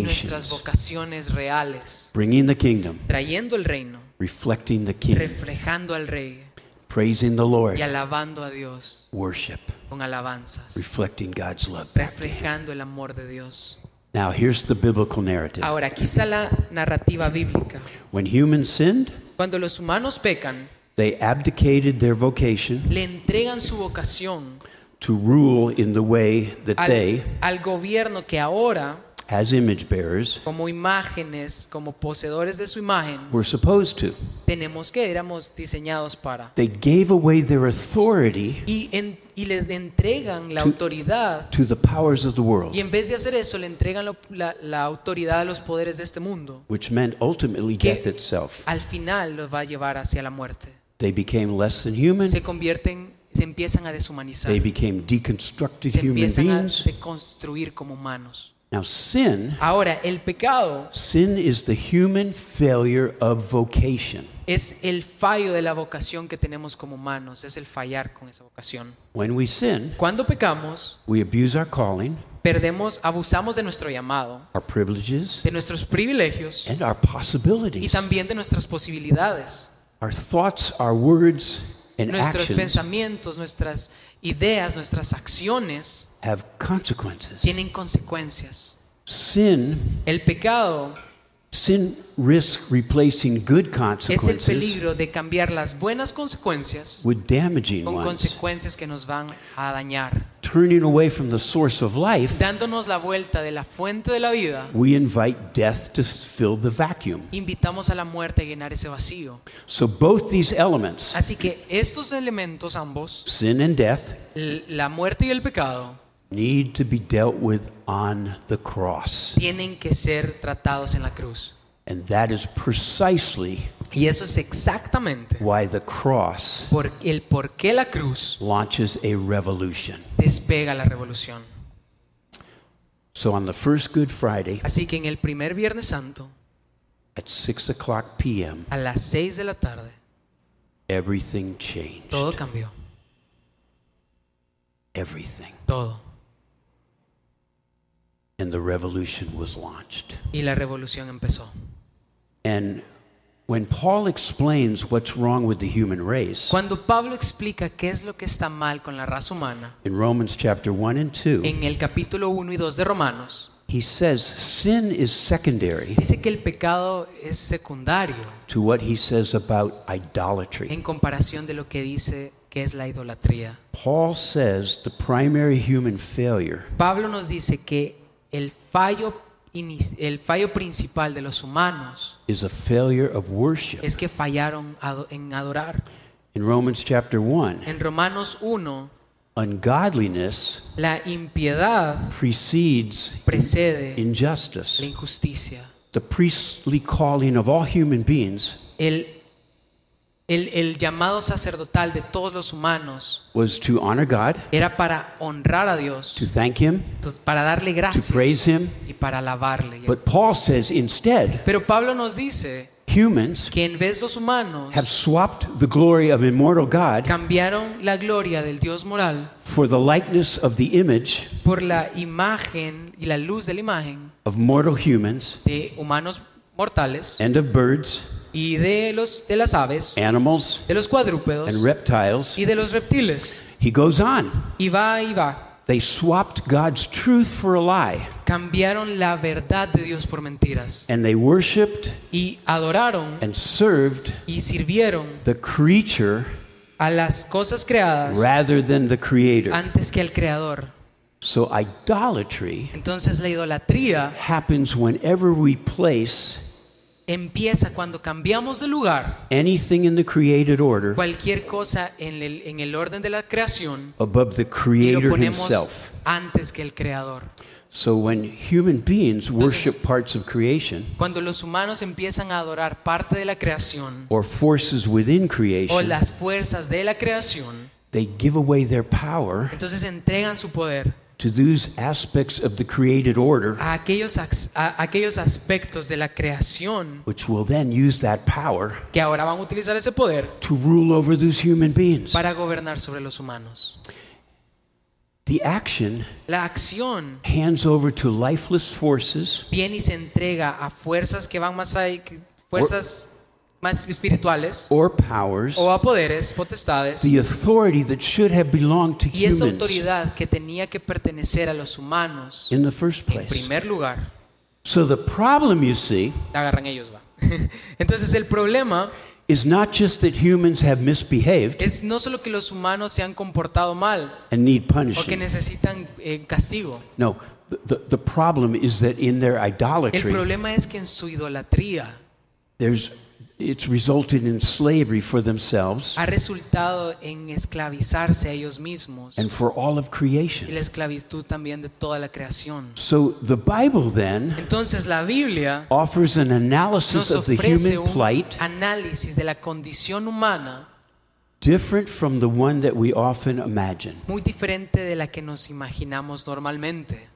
[SPEAKER 2] vocations,
[SPEAKER 1] nuestras vocaciones reales,
[SPEAKER 2] bringing the kingdom,
[SPEAKER 1] trayendo el reino,
[SPEAKER 2] reflecting the king,
[SPEAKER 1] reflejando al rey
[SPEAKER 2] praising the
[SPEAKER 1] y
[SPEAKER 2] Lord,
[SPEAKER 1] alabando a Dios
[SPEAKER 2] worship,
[SPEAKER 1] con alabanzas,
[SPEAKER 2] reflecting God's love. back to him.
[SPEAKER 1] reflejando el amor de Dios.
[SPEAKER 2] Now, here's the biblical narrative.
[SPEAKER 1] Ahora, aquí está la narrativa bíblica.
[SPEAKER 2] When humans sinned,
[SPEAKER 1] Cuando los humanos pecan,
[SPEAKER 2] they abdicated their vocation
[SPEAKER 1] le entregan su vocación
[SPEAKER 2] to rule in the way that they,
[SPEAKER 1] al, al gobierno que ahora,
[SPEAKER 2] as image bearers,
[SPEAKER 1] como imágenes, como poseedores de su imagen,
[SPEAKER 2] were supposed to.
[SPEAKER 1] tenemos que éramos diseñados para.
[SPEAKER 2] They gave away their authority
[SPEAKER 1] Y, en- y le entregan la autoridad
[SPEAKER 2] to the powers of the world,
[SPEAKER 1] Y en vez de hacer eso, le entregan lo- la, la autoridad a los poderes de este mundo.
[SPEAKER 2] which meant ultimately
[SPEAKER 1] Que-
[SPEAKER 2] death itself.
[SPEAKER 1] Al final los va a llevar hacia la muerte.
[SPEAKER 2] They became less than human.
[SPEAKER 1] Se convierten, se empiezan a deshumanizar.
[SPEAKER 2] They became deconstructed
[SPEAKER 1] Se
[SPEAKER 2] human
[SPEAKER 1] empiezan a
[SPEAKER 2] beings.
[SPEAKER 1] deconstruir como humanos.
[SPEAKER 2] Now, sin,
[SPEAKER 1] Ahora, el pecado
[SPEAKER 2] sin is the human failure of vocation.
[SPEAKER 1] es el fallo de la vocación que tenemos como humanos, es el fallar con esa vocación.
[SPEAKER 2] When we sin,
[SPEAKER 1] Cuando pecamos,
[SPEAKER 2] we abuse our calling,
[SPEAKER 1] perdemos, abusamos de nuestro llamado,
[SPEAKER 2] our privileges,
[SPEAKER 1] de nuestros privilegios
[SPEAKER 2] and our
[SPEAKER 1] y
[SPEAKER 2] possibilities.
[SPEAKER 1] también de nuestras posibilidades.
[SPEAKER 2] Our thoughts, our words, and
[SPEAKER 1] Nuestros
[SPEAKER 2] actions
[SPEAKER 1] pensamientos, nuestras ideas, nuestras acciones
[SPEAKER 2] have consequences.
[SPEAKER 1] tienen consecuencias.
[SPEAKER 2] Sin,
[SPEAKER 1] El pecado
[SPEAKER 2] sin risks replacing good
[SPEAKER 1] es el
[SPEAKER 2] consequences
[SPEAKER 1] peligro de cambiar las buenas consecuencias
[SPEAKER 2] with damaging
[SPEAKER 1] con
[SPEAKER 2] ones,
[SPEAKER 1] consecuencias que nos van a dañar.
[SPEAKER 2] turning away from the source of life.
[SPEAKER 1] Dándonos la vuelta de la fuente de la vida,
[SPEAKER 2] We invite death to fill the vacuum.
[SPEAKER 1] invitamos a la muerte a llenar ese vacío.
[SPEAKER 2] So both these elements,
[SPEAKER 1] Así que estos elementos ambos,
[SPEAKER 2] sin and death,
[SPEAKER 1] l- la muerte y el pecado,
[SPEAKER 2] need to be dealt with on the cross.
[SPEAKER 1] tienen que ser tratados en la cruz.
[SPEAKER 2] And that is precisely
[SPEAKER 1] Y eso es exactamente
[SPEAKER 2] why the cross
[SPEAKER 1] por el por qué la cruz
[SPEAKER 2] launches a revolution.
[SPEAKER 1] despega la revolución.
[SPEAKER 2] So on the first Good Friday
[SPEAKER 1] Así que en el primer Viernes Santo,
[SPEAKER 2] at 6 o'clock p.m.,
[SPEAKER 1] a las 6 de la tarde,
[SPEAKER 2] everything changed.
[SPEAKER 1] todo cambió.
[SPEAKER 2] Everything.
[SPEAKER 1] todo.
[SPEAKER 2] And the revolution was launched.
[SPEAKER 1] Y la revolución empezó.
[SPEAKER 2] And when Paul explains what's wrong with the human race
[SPEAKER 1] Cuando Pablo explica qué es lo que está mal con la raza humana,
[SPEAKER 2] in Romans chapter 1 and 2,
[SPEAKER 1] en el capítulo 1 y 2 de Romanos,
[SPEAKER 2] he says sin is secondary
[SPEAKER 1] dice que el pecado es secundario
[SPEAKER 2] to what he says about idolatry.
[SPEAKER 1] en comparación de lo que dice que es la idolatría.
[SPEAKER 2] Paul says the primary human failure
[SPEAKER 1] Pablo nos dice que el fallo, ini- el fallo principal de los humanos
[SPEAKER 2] is a failure of worship
[SPEAKER 1] es que fallaron ado- en adorar
[SPEAKER 2] In Romans chapter 1,
[SPEAKER 1] En Romanos 1,
[SPEAKER 2] ungodliness
[SPEAKER 1] la impiedad
[SPEAKER 2] precedes
[SPEAKER 1] precede
[SPEAKER 2] injustice.
[SPEAKER 1] la injusticia.
[SPEAKER 2] The priestly calling of all human beings
[SPEAKER 1] El, el, el llamado sacerdotal de todos los humanos
[SPEAKER 2] was to honor God,
[SPEAKER 1] era para honrar a Dios,
[SPEAKER 2] to thank Him.
[SPEAKER 1] para darle gracias
[SPEAKER 2] praise Him.
[SPEAKER 1] y para alabarle.
[SPEAKER 2] But Paul says instead,
[SPEAKER 1] Pero Pablo nos dice
[SPEAKER 2] humans
[SPEAKER 1] que en vez los humanos
[SPEAKER 2] have swapped the glory of immortal God
[SPEAKER 1] cambiaron la gloria del Dios moral
[SPEAKER 2] for the likeness of the image
[SPEAKER 1] por la imagen y la luz de la imagen
[SPEAKER 2] of mortal humans
[SPEAKER 1] de humanos mortales
[SPEAKER 2] and of birds,
[SPEAKER 1] y de los de las aves,
[SPEAKER 2] animals,
[SPEAKER 1] de los cuadrúpedos
[SPEAKER 2] and reptiles.
[SPEAKER 1] y de los reptiles.
[SPEAKER 2] He goes on.
[SPEAKER 1] Y va y va.
[SPEAKER 2] They swapped God's truth for a lie,
[SPEAKER 1] Cambiaron la verdad de Dios por mentiras
[SPEAKER 2] and they worshiped
[SPEAKER 1] y adoraron
[SPEAKER 2] and served
[SPEAKER 1] y sirvieron
[SPEAKER 2] the creature
[SPEAKER 1] a las cosas creadas
[SPEAKER 2] rather than the creator.
[SPEAKER 1] antes que al creador.
[SPEAKER 2] So idolatry
[SPEAKER 1] Entonces la idolatría
[SPEAKER 2] happens whenever we place
[SPEAKER 1] empieza cuando cambiamos de lugar
[SPEAKER 2] anything in the created order
[SPEAKER 1] cualquier cosa en el, en el orden de la creación
[SPEAKER 2] above the
[SPEAKER 1] y lo
[SPEAKER 2] creator
[SPEAKER 1] ponemos
[SPEAKER 2] himself.
[SPEAKER 1] antes que el creador.
[SPEAKER 2] So when human beings worship parts of creation
[SPEAKER 1] Cuando los humanos empiezan a adorar parte de la creación
[SPEAKER 2] or forces within
[SPEAKER 1] o
[SPEAKER 2] creation,
[SPEAKER 1] las fuerzas de la creación,
[SPEAKER 2] they give away their power
[SPEAKER 1] entonces entregan su poder
[SPEAKER 2] to those aspects of the created order
[SPEAKER 1] a aquellos, ax- a aquellos aspectos de la creación
[SPEAKER 2] which will then use that power
[SPEAKER 1] que ahora van a utilizar ese poder
[SPEAKER 2] to rule over those human beings.
[SPEAKER 1] para gobernar sobre los humanos.
[SPEAKER 2] The action
[SPEAKER 1] La acción
[SPEAKER 2] hands over to lifeless forces
[SPEAKER 1] viene y se entrega a fuerzas que van más ahí, que- fuerzas más espirituales
[SPEAKER 2] or powers
[SPEAKER 1] o a poderes, potestades.
[SPEAKER 2] the authority that should have belonged to
[SPEAKER 1] Y esa
[SPEAKER 2] humans
[SPEAKER 1] autoridad que tenía que pertenecer a los humanos,
[SPEAKER 2] in the first
[SPEAKER 1] en
[SPEAKER 2] place.
[SPEAKER 1] primer lugar,
[SPEAKER 2] So the problem, you see,
[SPEAKER 1] la agarran ellos, va. Entonces el problema
[SPEAKER 2] is not just that humans have misbehaved
[SPEAKER 1] es no solo que los humanos se han comportado mal
[SPEAKER 2] and need
[SPEAKER 1] o que
[SPEAKER 2] punishment.
[SPEAKER 1] necesitan eh, castigo.
[SPEAKER 2] No, the, the, the problem is that in their
[SPEAKER 1] El
[SPEAKER 2] idolatry,
[SPEAKER 1] problema es que en su idolatría
[SPEAKER 2] there's, it's resulted in slavery for themselves
[SPEAKER 1] ha resultado en esclavizarse a ellos mismos
[SPEAKER 2] and
[SPEAKER 1] y
[SPEAKER 2] for all of creation.
[SPEAKER 1] la esclavitud también de toda la creación.
[SPEAKER 2] So the Bible then
[SPEAKER 1] Entonces la Biblia
[SPEAKER 2] offers an analysis
[SPEAKER 1] nos
[SPEAKER 2] of the
[SPEAKER 1] ofrece
[SPEAKER 2] human
[SPEAKER 1] un
[SPEAKER 2] plight
[SPEAKER 1] análisis de la condición humana
[SPEAKER 2] different from the one that we often imagine.
[SPEAKER 1] muy diferente de la que nos imaginamos normalmente.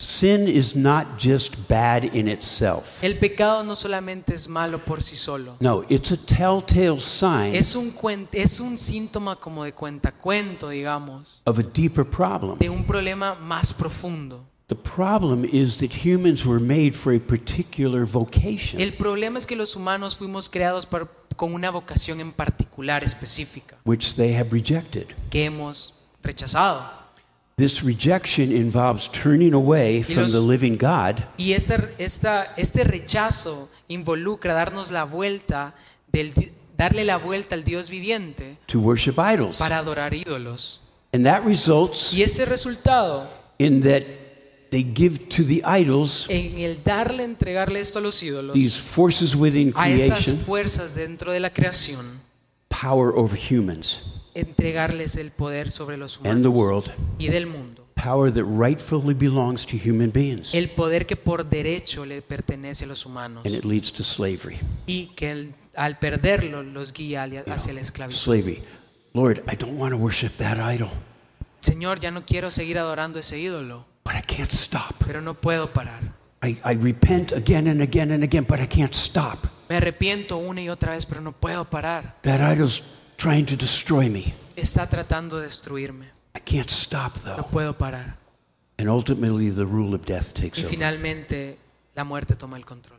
[SPEAKER 2] Sin is not just bad in itself.
[SPEAKER 1] El pecado no solamente es malo por sí solo.
[SPEAKER 2] No, it's a telltale sign
[SPEAKER 1] Es un, cuen- es un síntoma como de cuentacuento, digamos,
[SPEAKER 2] of a deeper problem.
[SPEAKER 1] de un problema más profundo.
[SPEAKER 2] The problem is that humans were made for a particular vocation,
[SPEAKER 1] El problema es que los humanos fuimos creados par- con una vocación en particular específica
[SPEAKER 2] which they have rejected.
[SPEAKER 1] que hemos rechazado.
[SPEAKER 2] This rejection involves turning away from
[SPEAKER 1] los-
[SPEAKER 2] the living God
[SPEAKER 1] Y este, esta, este rechazo involucra darnos la vuelta, del, di- darle la vuelta al Dios viviente
[SPEAKER 2] to worship idols.
[SPEAKER 1] para adorar ídolos.
[SPEAKER 2] And that results
[SPEAKER 1] Y ese resultado
[SPEAKER 2] in that they give to the idols
[SPEAKER 1] en el darle, entregarle esto a los ídolos,
[SPEAKER 2] these forces within
[SPEAKER 1] a estas
[SPEAKER 2] creation
[SPEAKER 1] fuerzas dentro de la creación,
[SPEAKER 2] power over humans
[SPEAKER 1] entregarles el poder sobre los
[SPEAKER 2] and the
[SPEAKER 1] humanos
[SPEAKER 2] world,
[SPEAKER 1] y del mundo.
[SPEAKER 2] power that rightfully belongs to human beings,
[SPEAKER 1] El poder que por derecho le pertenece a los humanos
[SPEAKER 2] and it leads to slavery.
[SPEAKER 1] y que el- al perderlo los guía hacia hacia la esclavitud.
[SPEAKER 2] Slavery. Lord, I don't want to worship that idol,
[SPEAKER 1] Señor, ya no quiero seguir adorando ese ídolo,
[SPEAKER 2] but I can't stop.
[SPEAKER 1] pero no puedo parar.
[SPEAKER 2] I, I repent again and again and again, but I can't stop.
[SPEAKER 1] Me arrepiento una y otra vez, pero no puedo parar.
[SPEAKER 2] That idol's trying to destroy me.
[SPEAKER 1] Está tratando de destruirme.
[SPEAKER 2] I can't stop,
[SPEAKER 1] No
[SPEAKER 2] though.
[SPEAKER 1] puedo parar.
[SPEAKER 2] And ultimately, the rule of death takes
[SPEAKER 1] Y
[SPEAKER 2] over.
[SPEAKER 1] finalmente la muerte toma el control.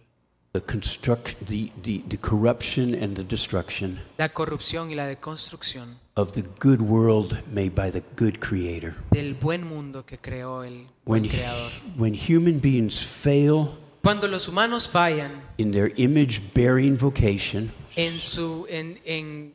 [SPEAKER 2] The, construct, the, the, the corruption and the destruction
[SPEAKER 1] la corrupción y la deconstrucción
[SPEAKER 2] of the good world made by the good creator.
[SPEAKER 1] del buen mundo que creó el buen
[SPEAKER 2] When,
[SPEAKER 1] creador.
[SPEAKER 2] when human beings fail
[SPEAKER 1] Cuando los humanos fallan
[SPEAKER 2] in their image bearing vocation,
[SPEAKER 1] en su en, en,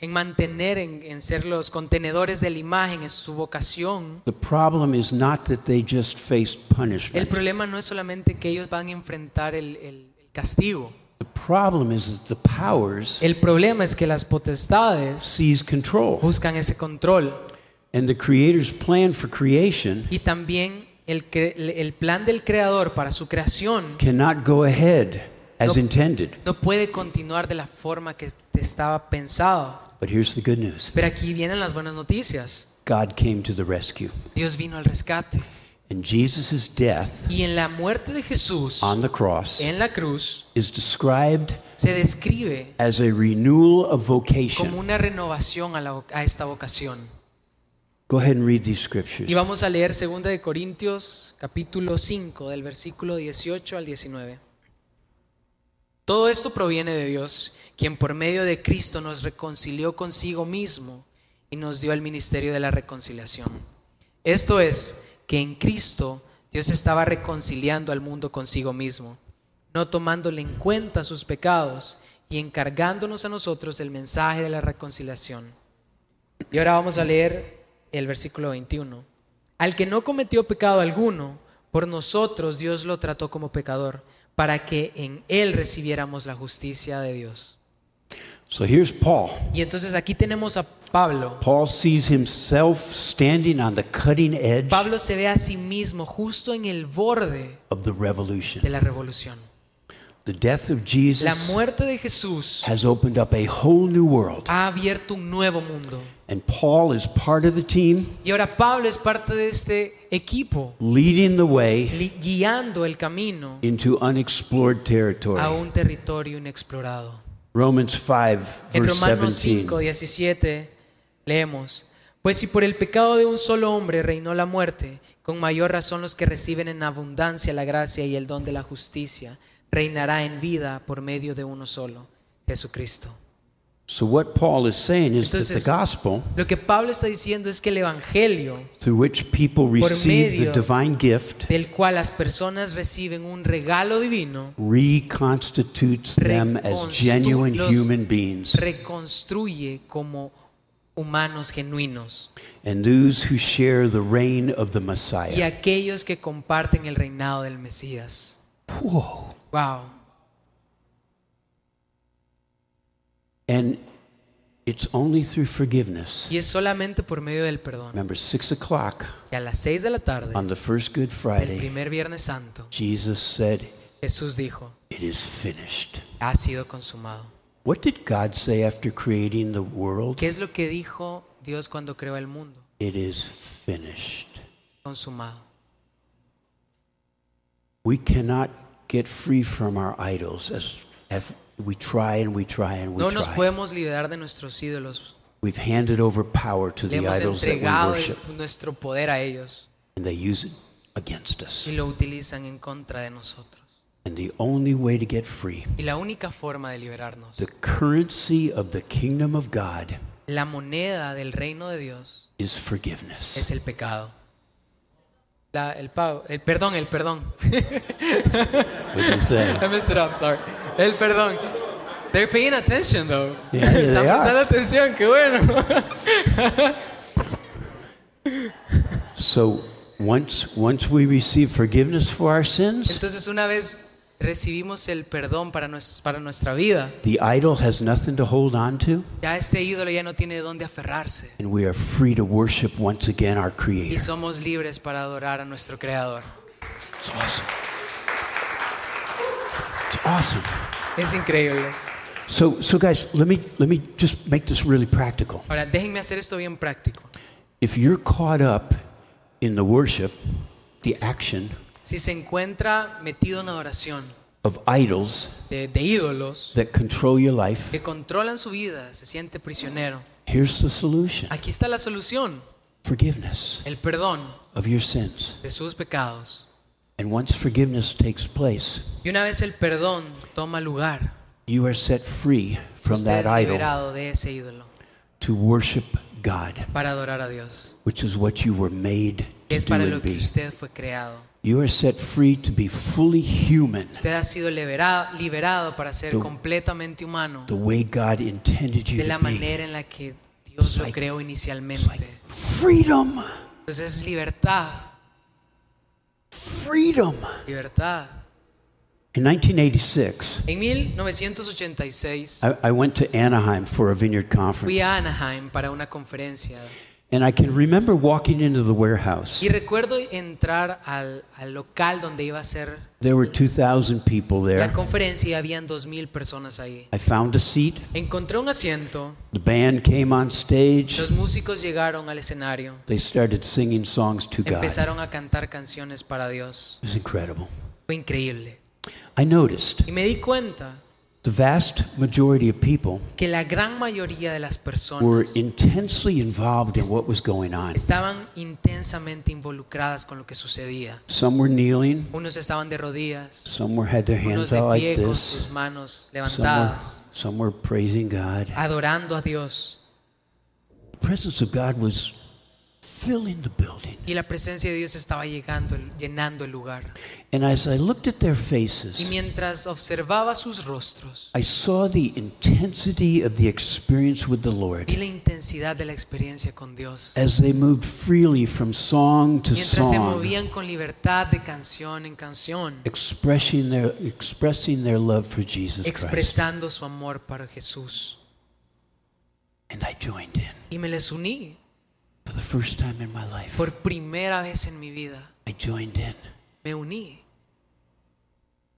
[SPEAKER 1] en mantener en, en ser los contenedores de la imagen en su vocación,
[SPEAKER 2] the problem is not that they just faced
[SPEAKER 1] el
[SPEAKER 2] punishment.
[SPEAKER 1] problema no es solamente que ellos van a enfrentar el, el- el castigo.
[SPEAKER 2] The The problem is that the powers
[SPEAKER 1] El problema es que las potestades
[SPEAKER 2] seize control.
[SPEAKER 1] buscan ese control
[SPEAKER 2] And the Creator's plan for creation
[SPEAKER 1] y también el, cre- el plan del creador para su creación
[SPEAKER 2] cannot go ahead as
[SPEAKER 1] No.
[SPEAKER 2] intended.
[SPEAKER 1] no puede continuar de la forma que estaba pensado.
[SPEAKER 2] But here's the good news
[SPEAKER 1] Pero aquí vienen las buenas noticias.
[SPEAKER 2] God came to the rescue.
[SPEAKER 1] Dios vino al rescate.
[SPEAKER 2] And Jesus' death
[SPEAKER 1] Y en la muerte de Jesús,
[SPEAKER 2] on the cross
[SPEAKER 1] en la cruz,
[SPEAKER 2] is described
[SPEAKER 1] se describe
[SPEAKER 2] as a renewal of
[SPEAKER 1] como
[SPEAKER 2] vocation.
[SPEAKER 1] una renovación a, la vo- a esta vocación.
[SPEAKER 2] Go ahead and read these
[SPEAKER 1] Y
[SPEAKER 2] scriptures.
[SPEAKER 1] vamos a leer 2 de Corintios capítulo 5 del versículo 18 al 19. Todo esto proviene de Dios, quien por medio de Cristo nos reconcilió consigo mismo y nos dio el ministerio de la reconciliación. Esto es que en Cristo Dios estaba reconciliando al mundo consigo mismo, no tomándole en cuenta sus pecados y encargándonos a nosotros el mensaje de la reconciliación. Y ahora vamos a leer el versículo 21. Al que no cometió pecado alguno, por nosotros Dios lo trató como pecador, para que en él recibiéramos la justicia de Dios.
[SPEAKER 2] So here's Paul.
[SPEAKER 1] Y entonces aquí tenemos a Pablo.
[SPEAKER 2] Paul sees himself standing on the cutting edge
[SPEAKER 1] Pablo se ve a sí mismo justo en el borde
[SPEAKER 2] of the
[SPEAKER 1] de
[SPEAKER 2] revolution.
[SPEAKER 1] la revolución.
[SPEAKER 2] The death of
[SPEAKER 1] La
[SPEAKER 2] Jesus
[SPEAKER 1] muerte de Jesús
[SPEAKER 2] has opened up a whole new world.
[SPEAKER 1] ha abierto un nuevo mundo.
[SPEAKER 2] And Paul is part of the team
[SPEAKER 1] Y ahora Pablo es parte de este equipo,
[SPEAKER 2] leading the way
[SPEAKER 1] li- guiando el camino
[SPEAKER 2] into unexplored
[SPEAKER 1] a
[SPEAKER 2] territory.
[SPEAKER 1] un territorio inexplorado.
[SPEAKER 2] Romans 5,
[SPEAKER 1] En
[SPEAKER 2] verse
[SPEAKER 1] Romanos 5,
[SPEAKER 2] 17.
[SPEAKER 1] 17 leemos, pues si por el pecado de un solo hombre reinó la muerte, con mayor razón los que reciben en abundancia la gracia y el don de la justicia, reinará en vida por medio de uno solo, Jesucristo.
[SPEAKER 2] So, what Paul is saying is that the
[SPEAKER 1] Entonces-
[SPEAKER 2] gospel,
[SPEAKER 1] Lo que Pablo está diciendo es que el Evangelio,
[SPEAKER 2] through which people receive the
[SPEAKER 1] medio-
[SPEAKER 2] divine gift,
[SPEAKER 1] del cual las personas reciben un regalo divino,
[SPEAKER 2] reconstitutes them as
[SPEAKER 1] Reconstru-
[SPEAKER 2] genuine
[SPEAKER 1] los-
[SPEAKER 2] human beings.
[SPEAKER 1] reconstruye como humanos genuinos
[SPEAKER 2] And those who share the reign of the
[SPEAKER 1] y
[SPEAKER 2] Messiah.
[SPEAKER 1] aquellos que comparten el reinado del Mesías.
[SPEAKER 2] Whoa.
[SPEAKER 1] Wow.
[SPEAKER 2] And it's only through forgiveness.
[SPEAKER 1] Y es solamente por medio del perdón.
[SPEAKER 2] Remember, 6 o'clock
[SPEAKER 1] Y a las 6 de la tarde,
[SPEAKER 2] on the first Good
[SPEAKER 1] el
[SPEAKER 2] Friday,
[SPEAKER 1] primer Viernes Santo,
[SPEAKER 2] Jesus said,
[SPEAKER 1] Jesús dijo,
[SPEAKER 2] It is finished.
[SPEAKER 1] ha sido consumado.
[SPEAKER 2] What did God say after creating the world?
[SPEAKER 1] ¿Qué es lo que dijo Dios cuando creó el mundo?
[SPEAKER 2] It is finished.
[SPEAKER 1] Consumado.
[SPEAKER 2] We cannot get free from our idols as, as we try and we try and we
[SPEAKER 1] No nos
[SPEAKER 2] try.
[SPEAKER 1] podemos liberar de nuestros ídolos.
[SPEAKER 2] We've handed over power to
[SPEAKER 1] Le
[SPEAKER 2] the
[SPEAKER 1] hemos
[SPEAKER 2] idols that we
[SPEAKER 1] entregado el-
[SPEAKER 2] worship,
[SPEAKER 1] nuestro poder a ellos
[SPEAKER 2] and they use it against us.
[SPEAKER 1] y lo utilizan en contra de nosotros.
[SPEAKER 2] And the only way to get free,
[SPEAKER 1] Y la única forma de liberarnos,
[SPEAKER 2] the currency of the kingdom of God
[SPEAKER 1] la moneda del reino de Dios,
[SPEAKER 2] is forgiveness.
[SPEAKER 1] es el pecado. La- el, pago- el perdón, el perdón.
[SPEAKER 2] What do you say?
[SPEAKER 1] I messed it up, sorry. El perdón. They're paying attention though.
[SPEAKER 2] Yeah, they
[SPEAKER 1] Están
[SPEAKER 2] are.
[SPEAKER 1] prestando atención, qué bueno.
[SPEAKER 2] So once once we receive forgiveness for our sins,
[SPEAKER 1] Entonces una vez recibimos el perdón para, nues- para nuestra vida,
[SPEAKER 2] the idol has nothing to hold on to,
[SPEAKER 1] ya este ídolo ya no tiene dónde aferrarse
[SPEAKER 2] and we are free to worship once again our
[SPEAKER 1] y
[SPEAKER 2] Creator.
[SPEAKER 1] somos libres para adorar a nuestro creador.
[SPEAKER 2] It's awesome. It's awesome.
[SPEAKER 1] Es increíble.
[SPEAKER 2] So so guys, let me let me just make this really practical.
[SPEAKER 1] Ahora, déjenme hacer esto bien práctico.
[SPEAKER 2] If you're caught up in the worship, the action
[SPEAKER 1] Si se encuentra metido en adoración
[SPEAKER 2] of idols
[SPEAKER 1] de, de ídolos
[SPEAKER 2] that control your life,
[SPEAKER 1] que controlan su vida, se siente prisionero,
[SPEAKER 2] here's the solution.
[SPEAKER 1] aquí está la solución,
[SPEAKER 2] Forgiveness
[SPEAKER 1] el perdón
[SPEAKER 2] of your sins.
[SPEAKER 1] de sus pecados.
[SPEAKER 2] And once forgiveness takes place,
[SPEAKER 1] Y una vez el perdón toma lugar,
[SPEAKER 2] You are set free from
[SPEAKER 1] usted
[SPEAKER 2] that
[SPEAKER 1] es
[SPEAKER 2] idol
[SPEAKER 1] liberado de ese ídolo
[SPEAKER 2] to worship God,
[SPEAKER 1] para adorar a Dios.
[SPEAKER 2] which is what you were made
[SPEAKER 1] que
[SPEAKER 2] to
[SPEAKER 1] es
[SPEAKER 2] do
[SPEAKER 1] para lo
[SPEAKER 2] and
[SPEAKER 1] que
[SPEAKER 2] be.
[SPEAKER 1] usted fue creado.
[SPEAKER 2] You are set free to be fully human,
[SPEAKER 1] Usted ha sido libera- liberado para ser completamente humano
[SPEAKER 2] the way God intended you
[SPEAKER 1] de la
[SPEAKER 2] to be.
[SPEAKER 1] manera en la que Dios lo
[SPEAKER 2] like-
[SPEAKER 1] creó inicialmente.
[SPEAKER 2] Freedom,
[SPEAKER 1] Entonces es libertad,
[SPEAKER 2] freedom.
[SPEAKER 1] libertad.
[SPEAKER 2] In 1986,
[SPEAKER 1] En 1986
[SPEAKER 2] I, I went to Anaheim for a vineyard
[SPEAKER 1] fui
[SPEAKER 2] conference.
[SPEAKER 1] a Anaheim para una conferencia
[SPEAKER 2] And I can remember walking into the warehouse.
[SPEAKER 1] y recuerdo entrar al, al local donde iba a ser
[SPEAKER 2] There were 2,000 people
[SPEAKER 1] la
[SPEAKER 2] there.
[SPEAKER 1] conferencia y habían 2.000 personas ahí.
[SPEAKER 2] I found a seat.
[SPEAKER 1] Encontré un asiento,
[SPEAKER 2] The band came on stage.
[SPEAKER 1] los músicos llegaron al escenario,
[SPEAKER 2] They started singing songs to God. It
[SPEAKER 1] empezaron a cantar canciones para Dios.
[SPEAKER 2] was incredible.
[SPEAKER 1] Fue increíble.
[SPEAKER 2] I noticed
[SPEAKER 1] Y me di cuenta
[SPEAKER 2] the vast majority of people
[SPEAKER 1] que la gran mayoría de las
[SPEAKER 2] were
[SPEAKER 1] personas
[SPEAKER 2] intensely involved in what was going on.
[SPEAKER 1] estaban intensamente involucradas con lo que sucedía.
[SPEAKER 2] Some were kneeling,
[SPEAKER 1] Unos estaban de rodillas,
[SPEAKER 2] some were had their hands
[SPEAKER 1] unos de
[SPEAKER 2] out like
[SPEAKER 1] pie con
[SPEAKER 2] this,
[SPEAKER 1] sus manos
[SPEAKER 2] some were,
[SPEAKER 1] levantadas,
[SPEAKER 2] some were praising God.
[SPEAKER 1] adorando a Dios.
[SPEAKER 2] The presence of God was filling the building.
[SPEAKER 1] Y la presencia de Dios estaba llegando, llenando el lugar.
[SPEAKER 2] And as I looked at their
[SPEAKER 1] Y
[SPEAKER 2] faces,
[SPEAKER 1] mientras observaba sus rostros,
[SPEAKER 2] I saw the intensity of the experience with the
[SPEAKER 1] vi
[SPEAKER 2] Lord
[SPEAKER 1] la intensidad de la experiencia con Dios.
[SPEAKER 2] as they moved freely from song to
[SPEAKER 1] Mientras se
[SPEAKER 2] song,
[SPEAKER 1] movían con libertad de canción en canción,
[SPEAKER 2] expressing their, expressing their love for Jesus Christ.
[SPEAKER 1] expresando su amor para Jesús.
[SPEAKER 2] And I joined in
[SPEAKER 1] Y me les uní
[SPEAKER 2] for the first time in my life.
[SPEAKER 1] por primera vez en mi vida.
[SPEAKER 2] I joined in.
[SPEAKER 1] Me uní.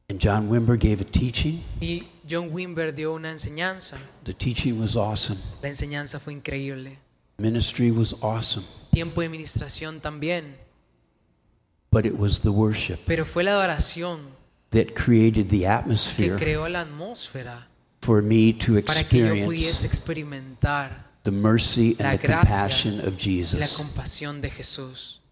[SPEAKER 2] And John Wimber gave a teaching.
[SPEAKER 1] Y John Wimber dio una enseñanza.
[SPEAKER 2] The teaching was awesome.
[SPEAKER 1] La enseñanza fue increíble.
[SPEAKER 2] Ministry was awesome.
[SPEAKER 1] Tiempo de ministración también.
[SPEAKER 2] But it was the worship
[SPEAKER 1] Pero fue la adoración
[SPEAKER 2] that created the
[SPEAKER 1] que
[SPEAKER 2] atmosphere
[SPEAKER 1] creó la atmósfera
[SPEAKER 2] for me to
[SPEAKER 1] para que yo
[SPEAKER 2] experience
[SPEAKER 1] pudiese experimentar
[SPEAKER 2] the mercy
[SPEAKER 1] la
[SPEAKER 2] and the
[SPEAKER 1] gracia
[SPEAKER 2] compassion of
[SPEAKER 1] la
[SPEAKER 2] Jesus
[SPEAKER 1] compasión de Jesús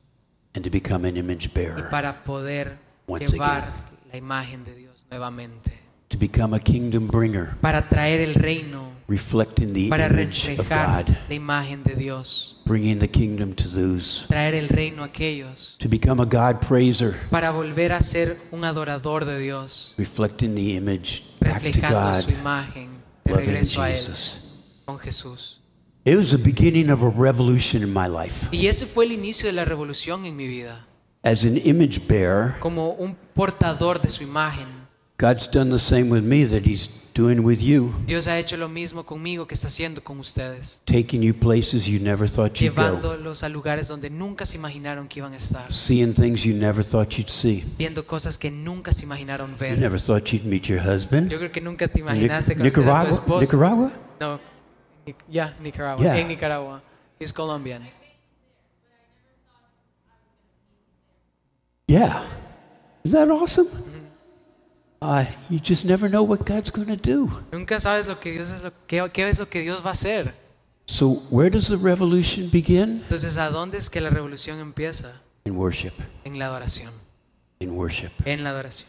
[SPEAKER 2] and to become an image
[SPEAKER 1] y
[SPEAKER 2] bearer,
[SPEAKER 1] para poder
[SPEAKER 2] Once
[SPEAKER 1] llevar la imagen de Dios nuevamente.
[SPEAKER 2] to become a kingdom bringer,
[SPEAKER 1] Para traer el reino,
[SPEAKER 2] reflecting the
[SPEAKER 1] para
[SPEAKER 2] image of
[SPEAKER 1] reflejar
[SPEAKER 2] God,
[SPEAKER 1] la imagen de Dios.
[SPEAKER 2] bringing the kingdom to those,
[SPEAKER 1] Traer el reino a aquellos.
[SPEAKER 2] to become a God praiser,
[SPEAKER 1] Para volver a ser un adorador de Dios.
[SPEAKER 2] reflecting the image back to
[SPEAKER 1] reflejando
[SPEAKER 2] God,
[SPEAKER 1] su imagen de
[SPEAKER 2] loving
[SPEAKER 1] regreso a Él
[SPEAKER 2] Jesus.
[SPEAKER 1] con Jesús.
[SPEAKER 2] It was the beginning of a revolution in my life.
[SPEAKER 1] Y ese fue el inicio de la revolución en mi vida,
[SPEAKER 2] As an image bearer,
[SPEAKER 1] como un portador de su imagen.
[SPEAKER 2] God's done the same with me that He's doing with you,
[SPEAKER 1] Dios ha hecho lo mismo conmigo que está haciendo con ustedes,
[SPEAKER 2] taking you places you never thought you'd go,
[SPEAKER 1] llevándolos a lugares donde nunca se imaginaron que iban a estar,
[SPEAKER 2] seeing things you never thought you'd see.
[SPEAKER 1] viendo cosas que nunca se imaginaron
[SPEAKER 2] You
[SPEAKER 1] ver.
[SPEAKER 2] never thought you'd meet your husband.
[SPEAKER 1] Yo creo que nunca te
[SPEAKER 2] Nic-
[SPEAKER 1] imaginaste conocer a tu
[SPEAKER 2] Nicaragua?
[SPEAKER 1] esposo.
[SPEAKER 2] Nicaragua?
[SPEAKER 1] No, Ni- ya, Nicaragua,
[SPEAKER 2] Yeah.
[SPEAKER 1] en Nicaragua. Es colombiano.
[SPEAKER 2] Yeah. Is that awesome?
[SPEAKER 1] Mm-hmm.
[SPEAKER 2] Uh, you just never know what God's going to do.
[SPEAKER 1] Nunca sabes lo que Dios es, lo, qué- qué es lo que Dios va a hacer.
[SPEAKER 2] So, where does the revolution begin?
[SPEAKER 1] Entonces, ¿a dónde es que la revolución empieza?
[SPEAKER 2] In worship.
[SPEAKER 1] En la adoración.
[SPEAKER 2] In worship.
[SPEAKER 1] En la adoración.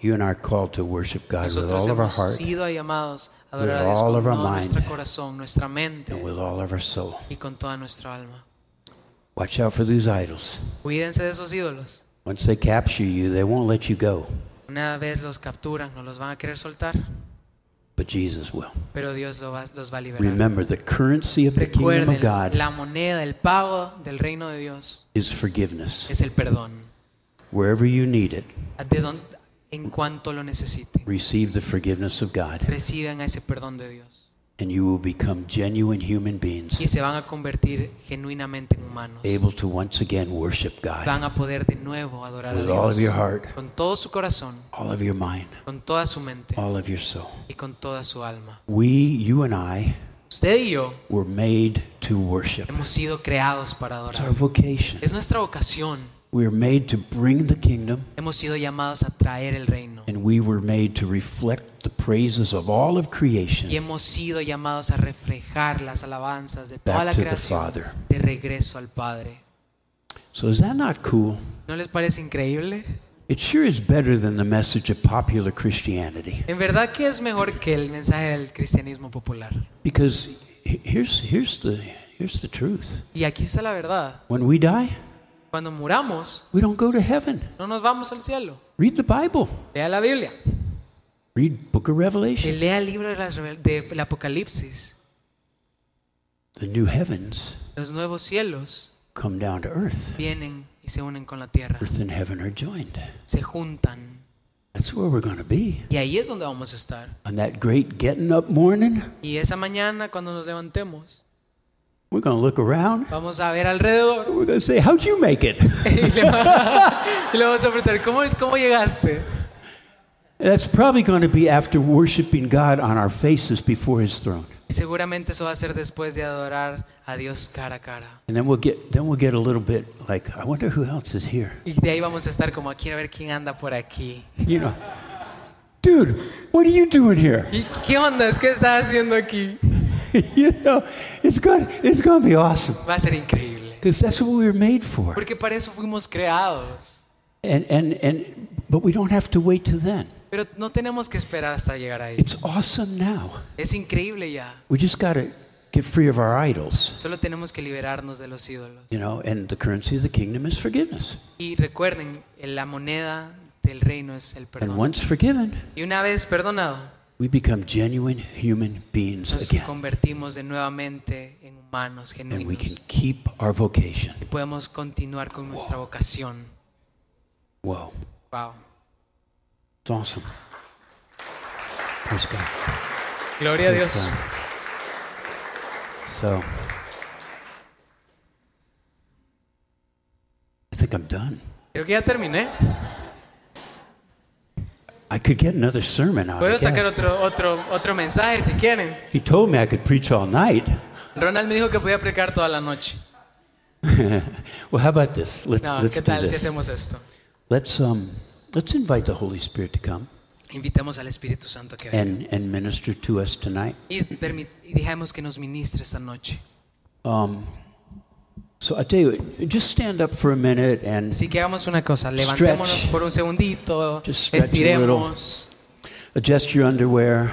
[SPEAKER 2] You and I are called to worship God with
[SPEAKER 1] Nosotros
[SPEAKER 2] all of our
[SPEAKER 1] hemos
[SPEAKER 2] heart
[SPEAKER 1] sido llamados a adorar a
[SPEAKER 2] with
[SPEAKER 1] Dios
[SPEAKER 2] all
[SPEAKER 1] con
[SPEAKER 2] of our
[SPEAKER 1] todo nuestro
[SPEAKER 2] mind.
[SPEAKER 1] corazón, nuestra
[SPEAKER 2] and
[SPEAKER 1] mente
[SPEAKER 2] with all of our soul.
[SPEAKER 1] y con toda nuestra alma.
[SPEAKER 2] Watch out for these idols.
[SPEAKER 1] Cuídense de esos ídolos.
[SPEAKER 2] Once they capture you, they won't let you go,
[SPEAKER 1] Una vez los capturan, no los van a querer soltar,
[SPEAKER 2] but Jesus will.
[SPEAKER 1] pero Dios lo va- los va a liberar.
[SPEAKER 2] Remember, the currency of the kingdom of
[SPEAKER 1] Recuerden,
[SPEAKER 2] God
[SPEAKER 1] la moneda, el pago del reino de Dios
[SPEAKER 2] is forgiveness.
[SPEAKER 1] es el perdón.
[SPEAKER 2] Wherever you need it,
[SPEAKER 1] De don- en cuanto lo necesiten,
[SPEAKER 2] receive the forgiveness of God,
[SPEAKER 1] reciban ese perdón de Dios
[SPEAKER 2] and you will become genuine human
[SPEAKER 1] y
[SPEAKER 2] beings,
[SPEAKER 1] se van a convertir genuinamente en humanos.
[SPEAKER 2] able to once again worship God
[SPEAKER 1] van a poder de nuevo adorar a
[SPEAKER 2] with all of your
[SPEAKER 1] Dios
[SPEAKER 2] heart,
[SPEAKER 1] con todo su corazón,
[SPEAKER 2] all of your mind,
[SPEAKER 1] con toda su mente
[SPEAKER 2] all of your soul.
[SPEAKER 1] y con toda su alma.
[SPEAKER 2] We, you and I,
[SPEAKER 1] Usted y yo
[SPEAKER 2] were made to worship.
[SPEAKER 1] hemos sido creados para
[SPEAKER 2] It's our
[SPEAKER 1] adorar.
[SPEAKER 2] vocation.
[SPEAKER 1] Es nuestra vocación.
[SPEAKER 2] We are made to bring the kingdom
[SPEAKER 1] Hemos sido llamados a traer el reino
[SPEAKER 2] And we were made to reflect the praises of all of
[SPEAKER 1] y
[SPEAKER 2] creation
[SPEAKER 1] hemos sido llamados a reflejar las alabanzas de toda la
[SPEAKER 2] back to the
[SPEAKER 1] creación
[SPEAKER 2] Father.
[SPEAKER 1] de regreso al Padre.
[SPEAKER 2] So is that not cool?
[SPEAKER 1] ¿No les parece increíble?
[SPEAKER 2] It sure is better than the message of popular Christianity.
[SPEAKER 1] En verdad que es mejor que el mensaje del cristianismo popular.
[SPEAKER 2] Because he- here's, here's, the, here's the truth.
[SPEAKER 1] Y aquí está la verdad.
[SPEAKER 2] When we die,
[SPEAKER 1] Cuando muramos,
[SPEAKER 2] we don't go to heaven.
[SPEAKER 1] no nos vamos al cielo.
[SPEAKER 2] Read the Bible.
[SPEAKER 1] Lea la Biblia.
[SPEAKER 2] Read Book of
[SPEAKER 1] Que
[SPEAKER 2] Revelation.
[SPEAKER 1] lea el libro de las rebel- del Apocalipsis,
[SPEAKER 2] The new heavens
[SPEAKER 1] los nuevos cielos
[SPEAKER 2] come down to earth.
[SPEAKER 1] vienen y se unen con la tierra,
[SPEAKER 2] Earth and heaven are joined.
[SPEAKER 1] se juntan.
[SPEAKER 2] That's where we're going to be
[SPEAKER 1] Y ahí es donde vamos a estar.
[SPEAKER 2] on that great getting up morning.
[SPEAKER 1] Y esa mañana cuando nos levantemos,
[SPEAKER 2] We're going to look around.
[SPEAKER 1] vamos a ver alrededor
[SPEAKER 2] We're going to say, "How'd you make it?"
[SPEAKER 1] y le, va- y le vamos a preguntar, ¿cómo, ¿cómo llegaste?
[SPEAKER 2] That's probably going to be after worshiping God on our faces before His throne,
[SPEAKER 1] Y seguramente eso va a ser después de adorar a Dios cara a cara.
[SPEAKER 2] and then we'll get then we'll get a little bit like, "I wonder who else is here."
[SPEAKER 1] Y de ahí vamos a estar como, quiero ver quién anda por aquí.
[SPEAKER 2] You know, dude, what are you doing here?
[SPEAKER 1] ¿Y qué onda? ¿Es que estás haciendo aquí?
[SPEAKER 2] you know, it's going it's going to be awesome
[SPEAKER 1] Va a ser increíble.
[SPEAKER 2] because that's what we were made for.
[SPEAKER 1] Porque para eso fuimos creados.
[SPEAKER 2] And and and but we don't have to wait till then.
[SPEAKER 1] Pero no tenemos que esperar hasta llegar ahí.
[SPEAKER 2] It's awesome now.
[SPEAKER 1] Es increíble ya.
[SPEAKER 2] We just got to get free of our idols,
[SPEAKER 1] Solo tenemos que liberarnos de los ídolos.
[SPEAKER 2] you know. And the currency of the kingdom is forgiveness.
[SPEAKER 1] Y recuerden, la moneda del reino es el
[SPEAKER 2] And
[SPEAKER 1] perdón.
[SPEAKER 2] once forgiven,
[SPEAKER 1] Y una vez perdonado,
[SPEAKER 2] we become genuine human beings
[SPEAKER 1] nos
[SPEAKER 2] again.
[SPEAKER 1] convertimos de nuevamente Pues en humanos
[SPEAKER 2] and we can
[SPEAKER 1] genuinos.
[SPEAKER 2] keep our vocation.
[SPEAKER 1] Y podemos continuar con nuestra vocación.
[SPEAKER 2] Whoa,
[SPEAKER 1] Wow.
[SPEAKER 2] it's awesome. Praise God.
[SPEAKER 1] Gloria a
[SPEAKER 2] Praise
[SPEAKER 1] Dios.
[SPEAKER 2] God. So, I think I'm done.
[SPEAKER 1] Creo que ya terminé.
[SPEAKER 2] I could get another sermon out
[SPEAKER 1] Puedo
[SPEAKER 2] of
[SPEAKER 1] sacar
[SPEAKER 2] it.
[SPEAKER 1] otro, otro, otro mensaje si quieren.
[SPEAKER 2] He told me I could preach all night.
[SPEAKER 1] Ronald me dijo que podía predicar toda la noche.
[SPEAKER 2] well, how about this? Let's
[SPEAKER 1] No,
[SPEAKER 2] let's
[SPEAKER 1] ¿qué
[SPEAKER 2] do
[SPEAKER 1] tal si
[SPEAKER 2] this.
[SPEAKER 1] hacemos esto?
[SPEAKER 2] Let's um, let's invite the Holy Spirit to come
[SPEAKER 1] Invitemos al Espíritu Santo a que venga.
[SPEAKER 2] and and minister to us tonight.
[SPEAKER 1] Y, permit- y dejemos que nos ministre esta noche.
[SPEAKER 2] Um, so I tell you, just stand up for a minute and
[SPEAKER 1] Así que hagamos una cosa. Levantémonos
[SPEAKER 2] Stretch.
[SPEAKER 1] por un segundito.
[SPEAKER 2] Just stretch a
[SPEAKER 1] Estiremos.
[SPEAKER 2] Adjust your underwear.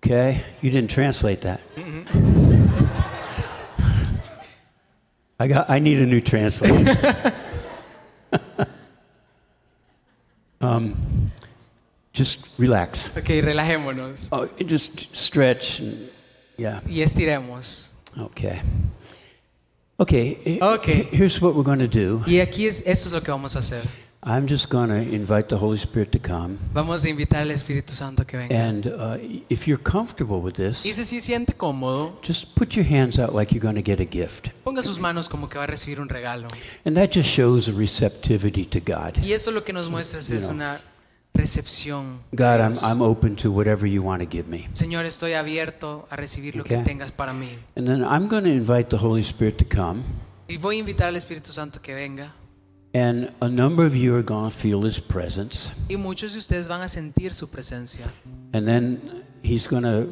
[SPEAKER 2] okay? You didn't translate that. Mm-hmm. I got I need a new translator. um, Um, just relax.
[SPEAKER 1] Ok, relajémonos.
[SPEAKER 2] Oh, and just stretch and yeah.
[SPEAKER 1] Y estiremos.
[SPEAKER 2] Okay. Okay. he-
[SPEAKER 1] Okay.
[SPEAKER 2] he- Here's what we're going to do.
[SPEAKER 1] Y aquí es, eso es lo que vamos a hacer.
[SPEAKER 2] I'm just going to invite the Holy Spirit to come.
[SPEAKER 1] Vamos a invitar al Espíritu Santo a que venga.
[SPEAKER 2] And uh, if you're comfortable with
[SPEAKER 1] Y
[SPEAKER 2] this,
[SPEAKER 1] si se siente cómodo,
[SPEAKER 2] just put your hands out like you're going to get a gift.
[SPEAKER 1] ponga sus manos como que va a recibir un regalo.
[SPEAKER 2] And that just shows a receptivity to God.
[SPEAKER 1] Y eso lo que nos muestra es,
[SPEAKER 2] know.
[SPEAKER 1] una recepción.
[SPEAKER 2] God, I'm,
[SPEAKER 1] Dios.
[SPEAKER 2] I'm open to whatever you want to give me.
[SPEAKER 1] Señor, estoy abierto a recibir lo que
[SPEAKER 2] Okay.
[SPEAKER 1] tengas para mí.
[SPEAKER 2] And then I'm going to invite the Holy Spirit to come.
[SPEAKER 1] Y voy a invitar al Espíritu Santo que venga.
[SPEAKER 2] And a number of you are going to feel his presence.
[SPEAKER 1] Y muchos de ustedes van a sentir su presencia.
[SPEAKER 2] And then he's going to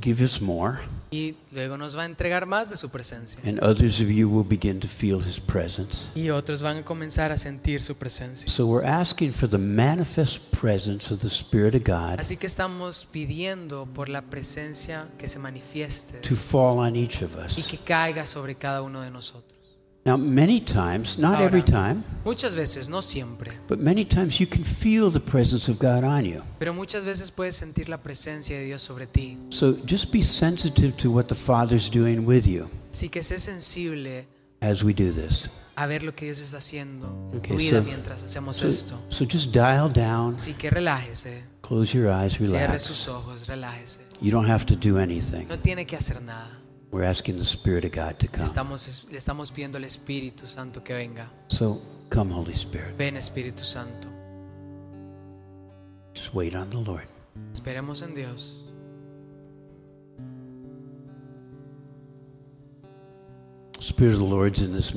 [SPEAKER 2] give us more.
[SPEAKER 1] Y luego nos va a entregar más de su presencia.
[SPEAKER 2] And others of you will begin to feel his presence.
[SPEAKER 1] Y otros van a comenzar a sentir su presencia.
[SPEAKER 2] So we're asking for the manifest presence of the Spirit of God
[SPEAKER 1] Así que estamos pidiendo por la presencia que se manifieste
[SPEAKER 2] to fall on each of us.
[SPEAKER 1] y que caiga sobre cada uno de nosotros.
[SPEAKER 2] Now, many times, not
[SPEAKER 1] Ahora.
[SPEAKER 2] every time,
[SPEAKER 1] Muchas veces, no siempre,
[SPEAKER 2] but many times you can feel the presence of God on you.
[SPEAKER 1] pero muchas veces puedes sentir la presencia de Dios sobre ti.
[SPEAKER 2] So just be sensitive to what the Father's doing with you
[SPEAKER 1] Así que sé sensible
[SPEAKER 2] as we do this.
[SPEAKER 1] a ver lo que Dios está haciendo en tu
[SPEAKER 2] Ok,
[SPEAKER 1] vida
[SPEAKER 2] so-
[SPEAKER 1] mientras hacemos
[SPEAKER 2] So,
[SPEAKER 1] esto.
[SPEAKER 2] so just dial down,
[SPEAKER 1] Así que relájese,
[SPEAKER 2] close your eyes,
[SPEAKER 1] cierre sus
[SPEAKER 2] relax.
[SPEAKER 1] ojos, relájese.
[SPEAKER 2] You don't have to do anything.
[SPEAKER 1] No tiene que hacer nada.
[SPEAKER 2] We're asking the Spirit of God to come.
[SPEAKER 1] Estamos, le estamos pidiendo al Espíritu Santo que venga.
[SPEAKER 2] So come, Holy Spirit.
[SPEAKER 1] Ven Espíritu Santo.
[SPEAKER 2] Just wait on the Lord.
[SPEAKER 1] Esperemos en Dios.
[SPEAKER 2] Spirit of the Lord's in this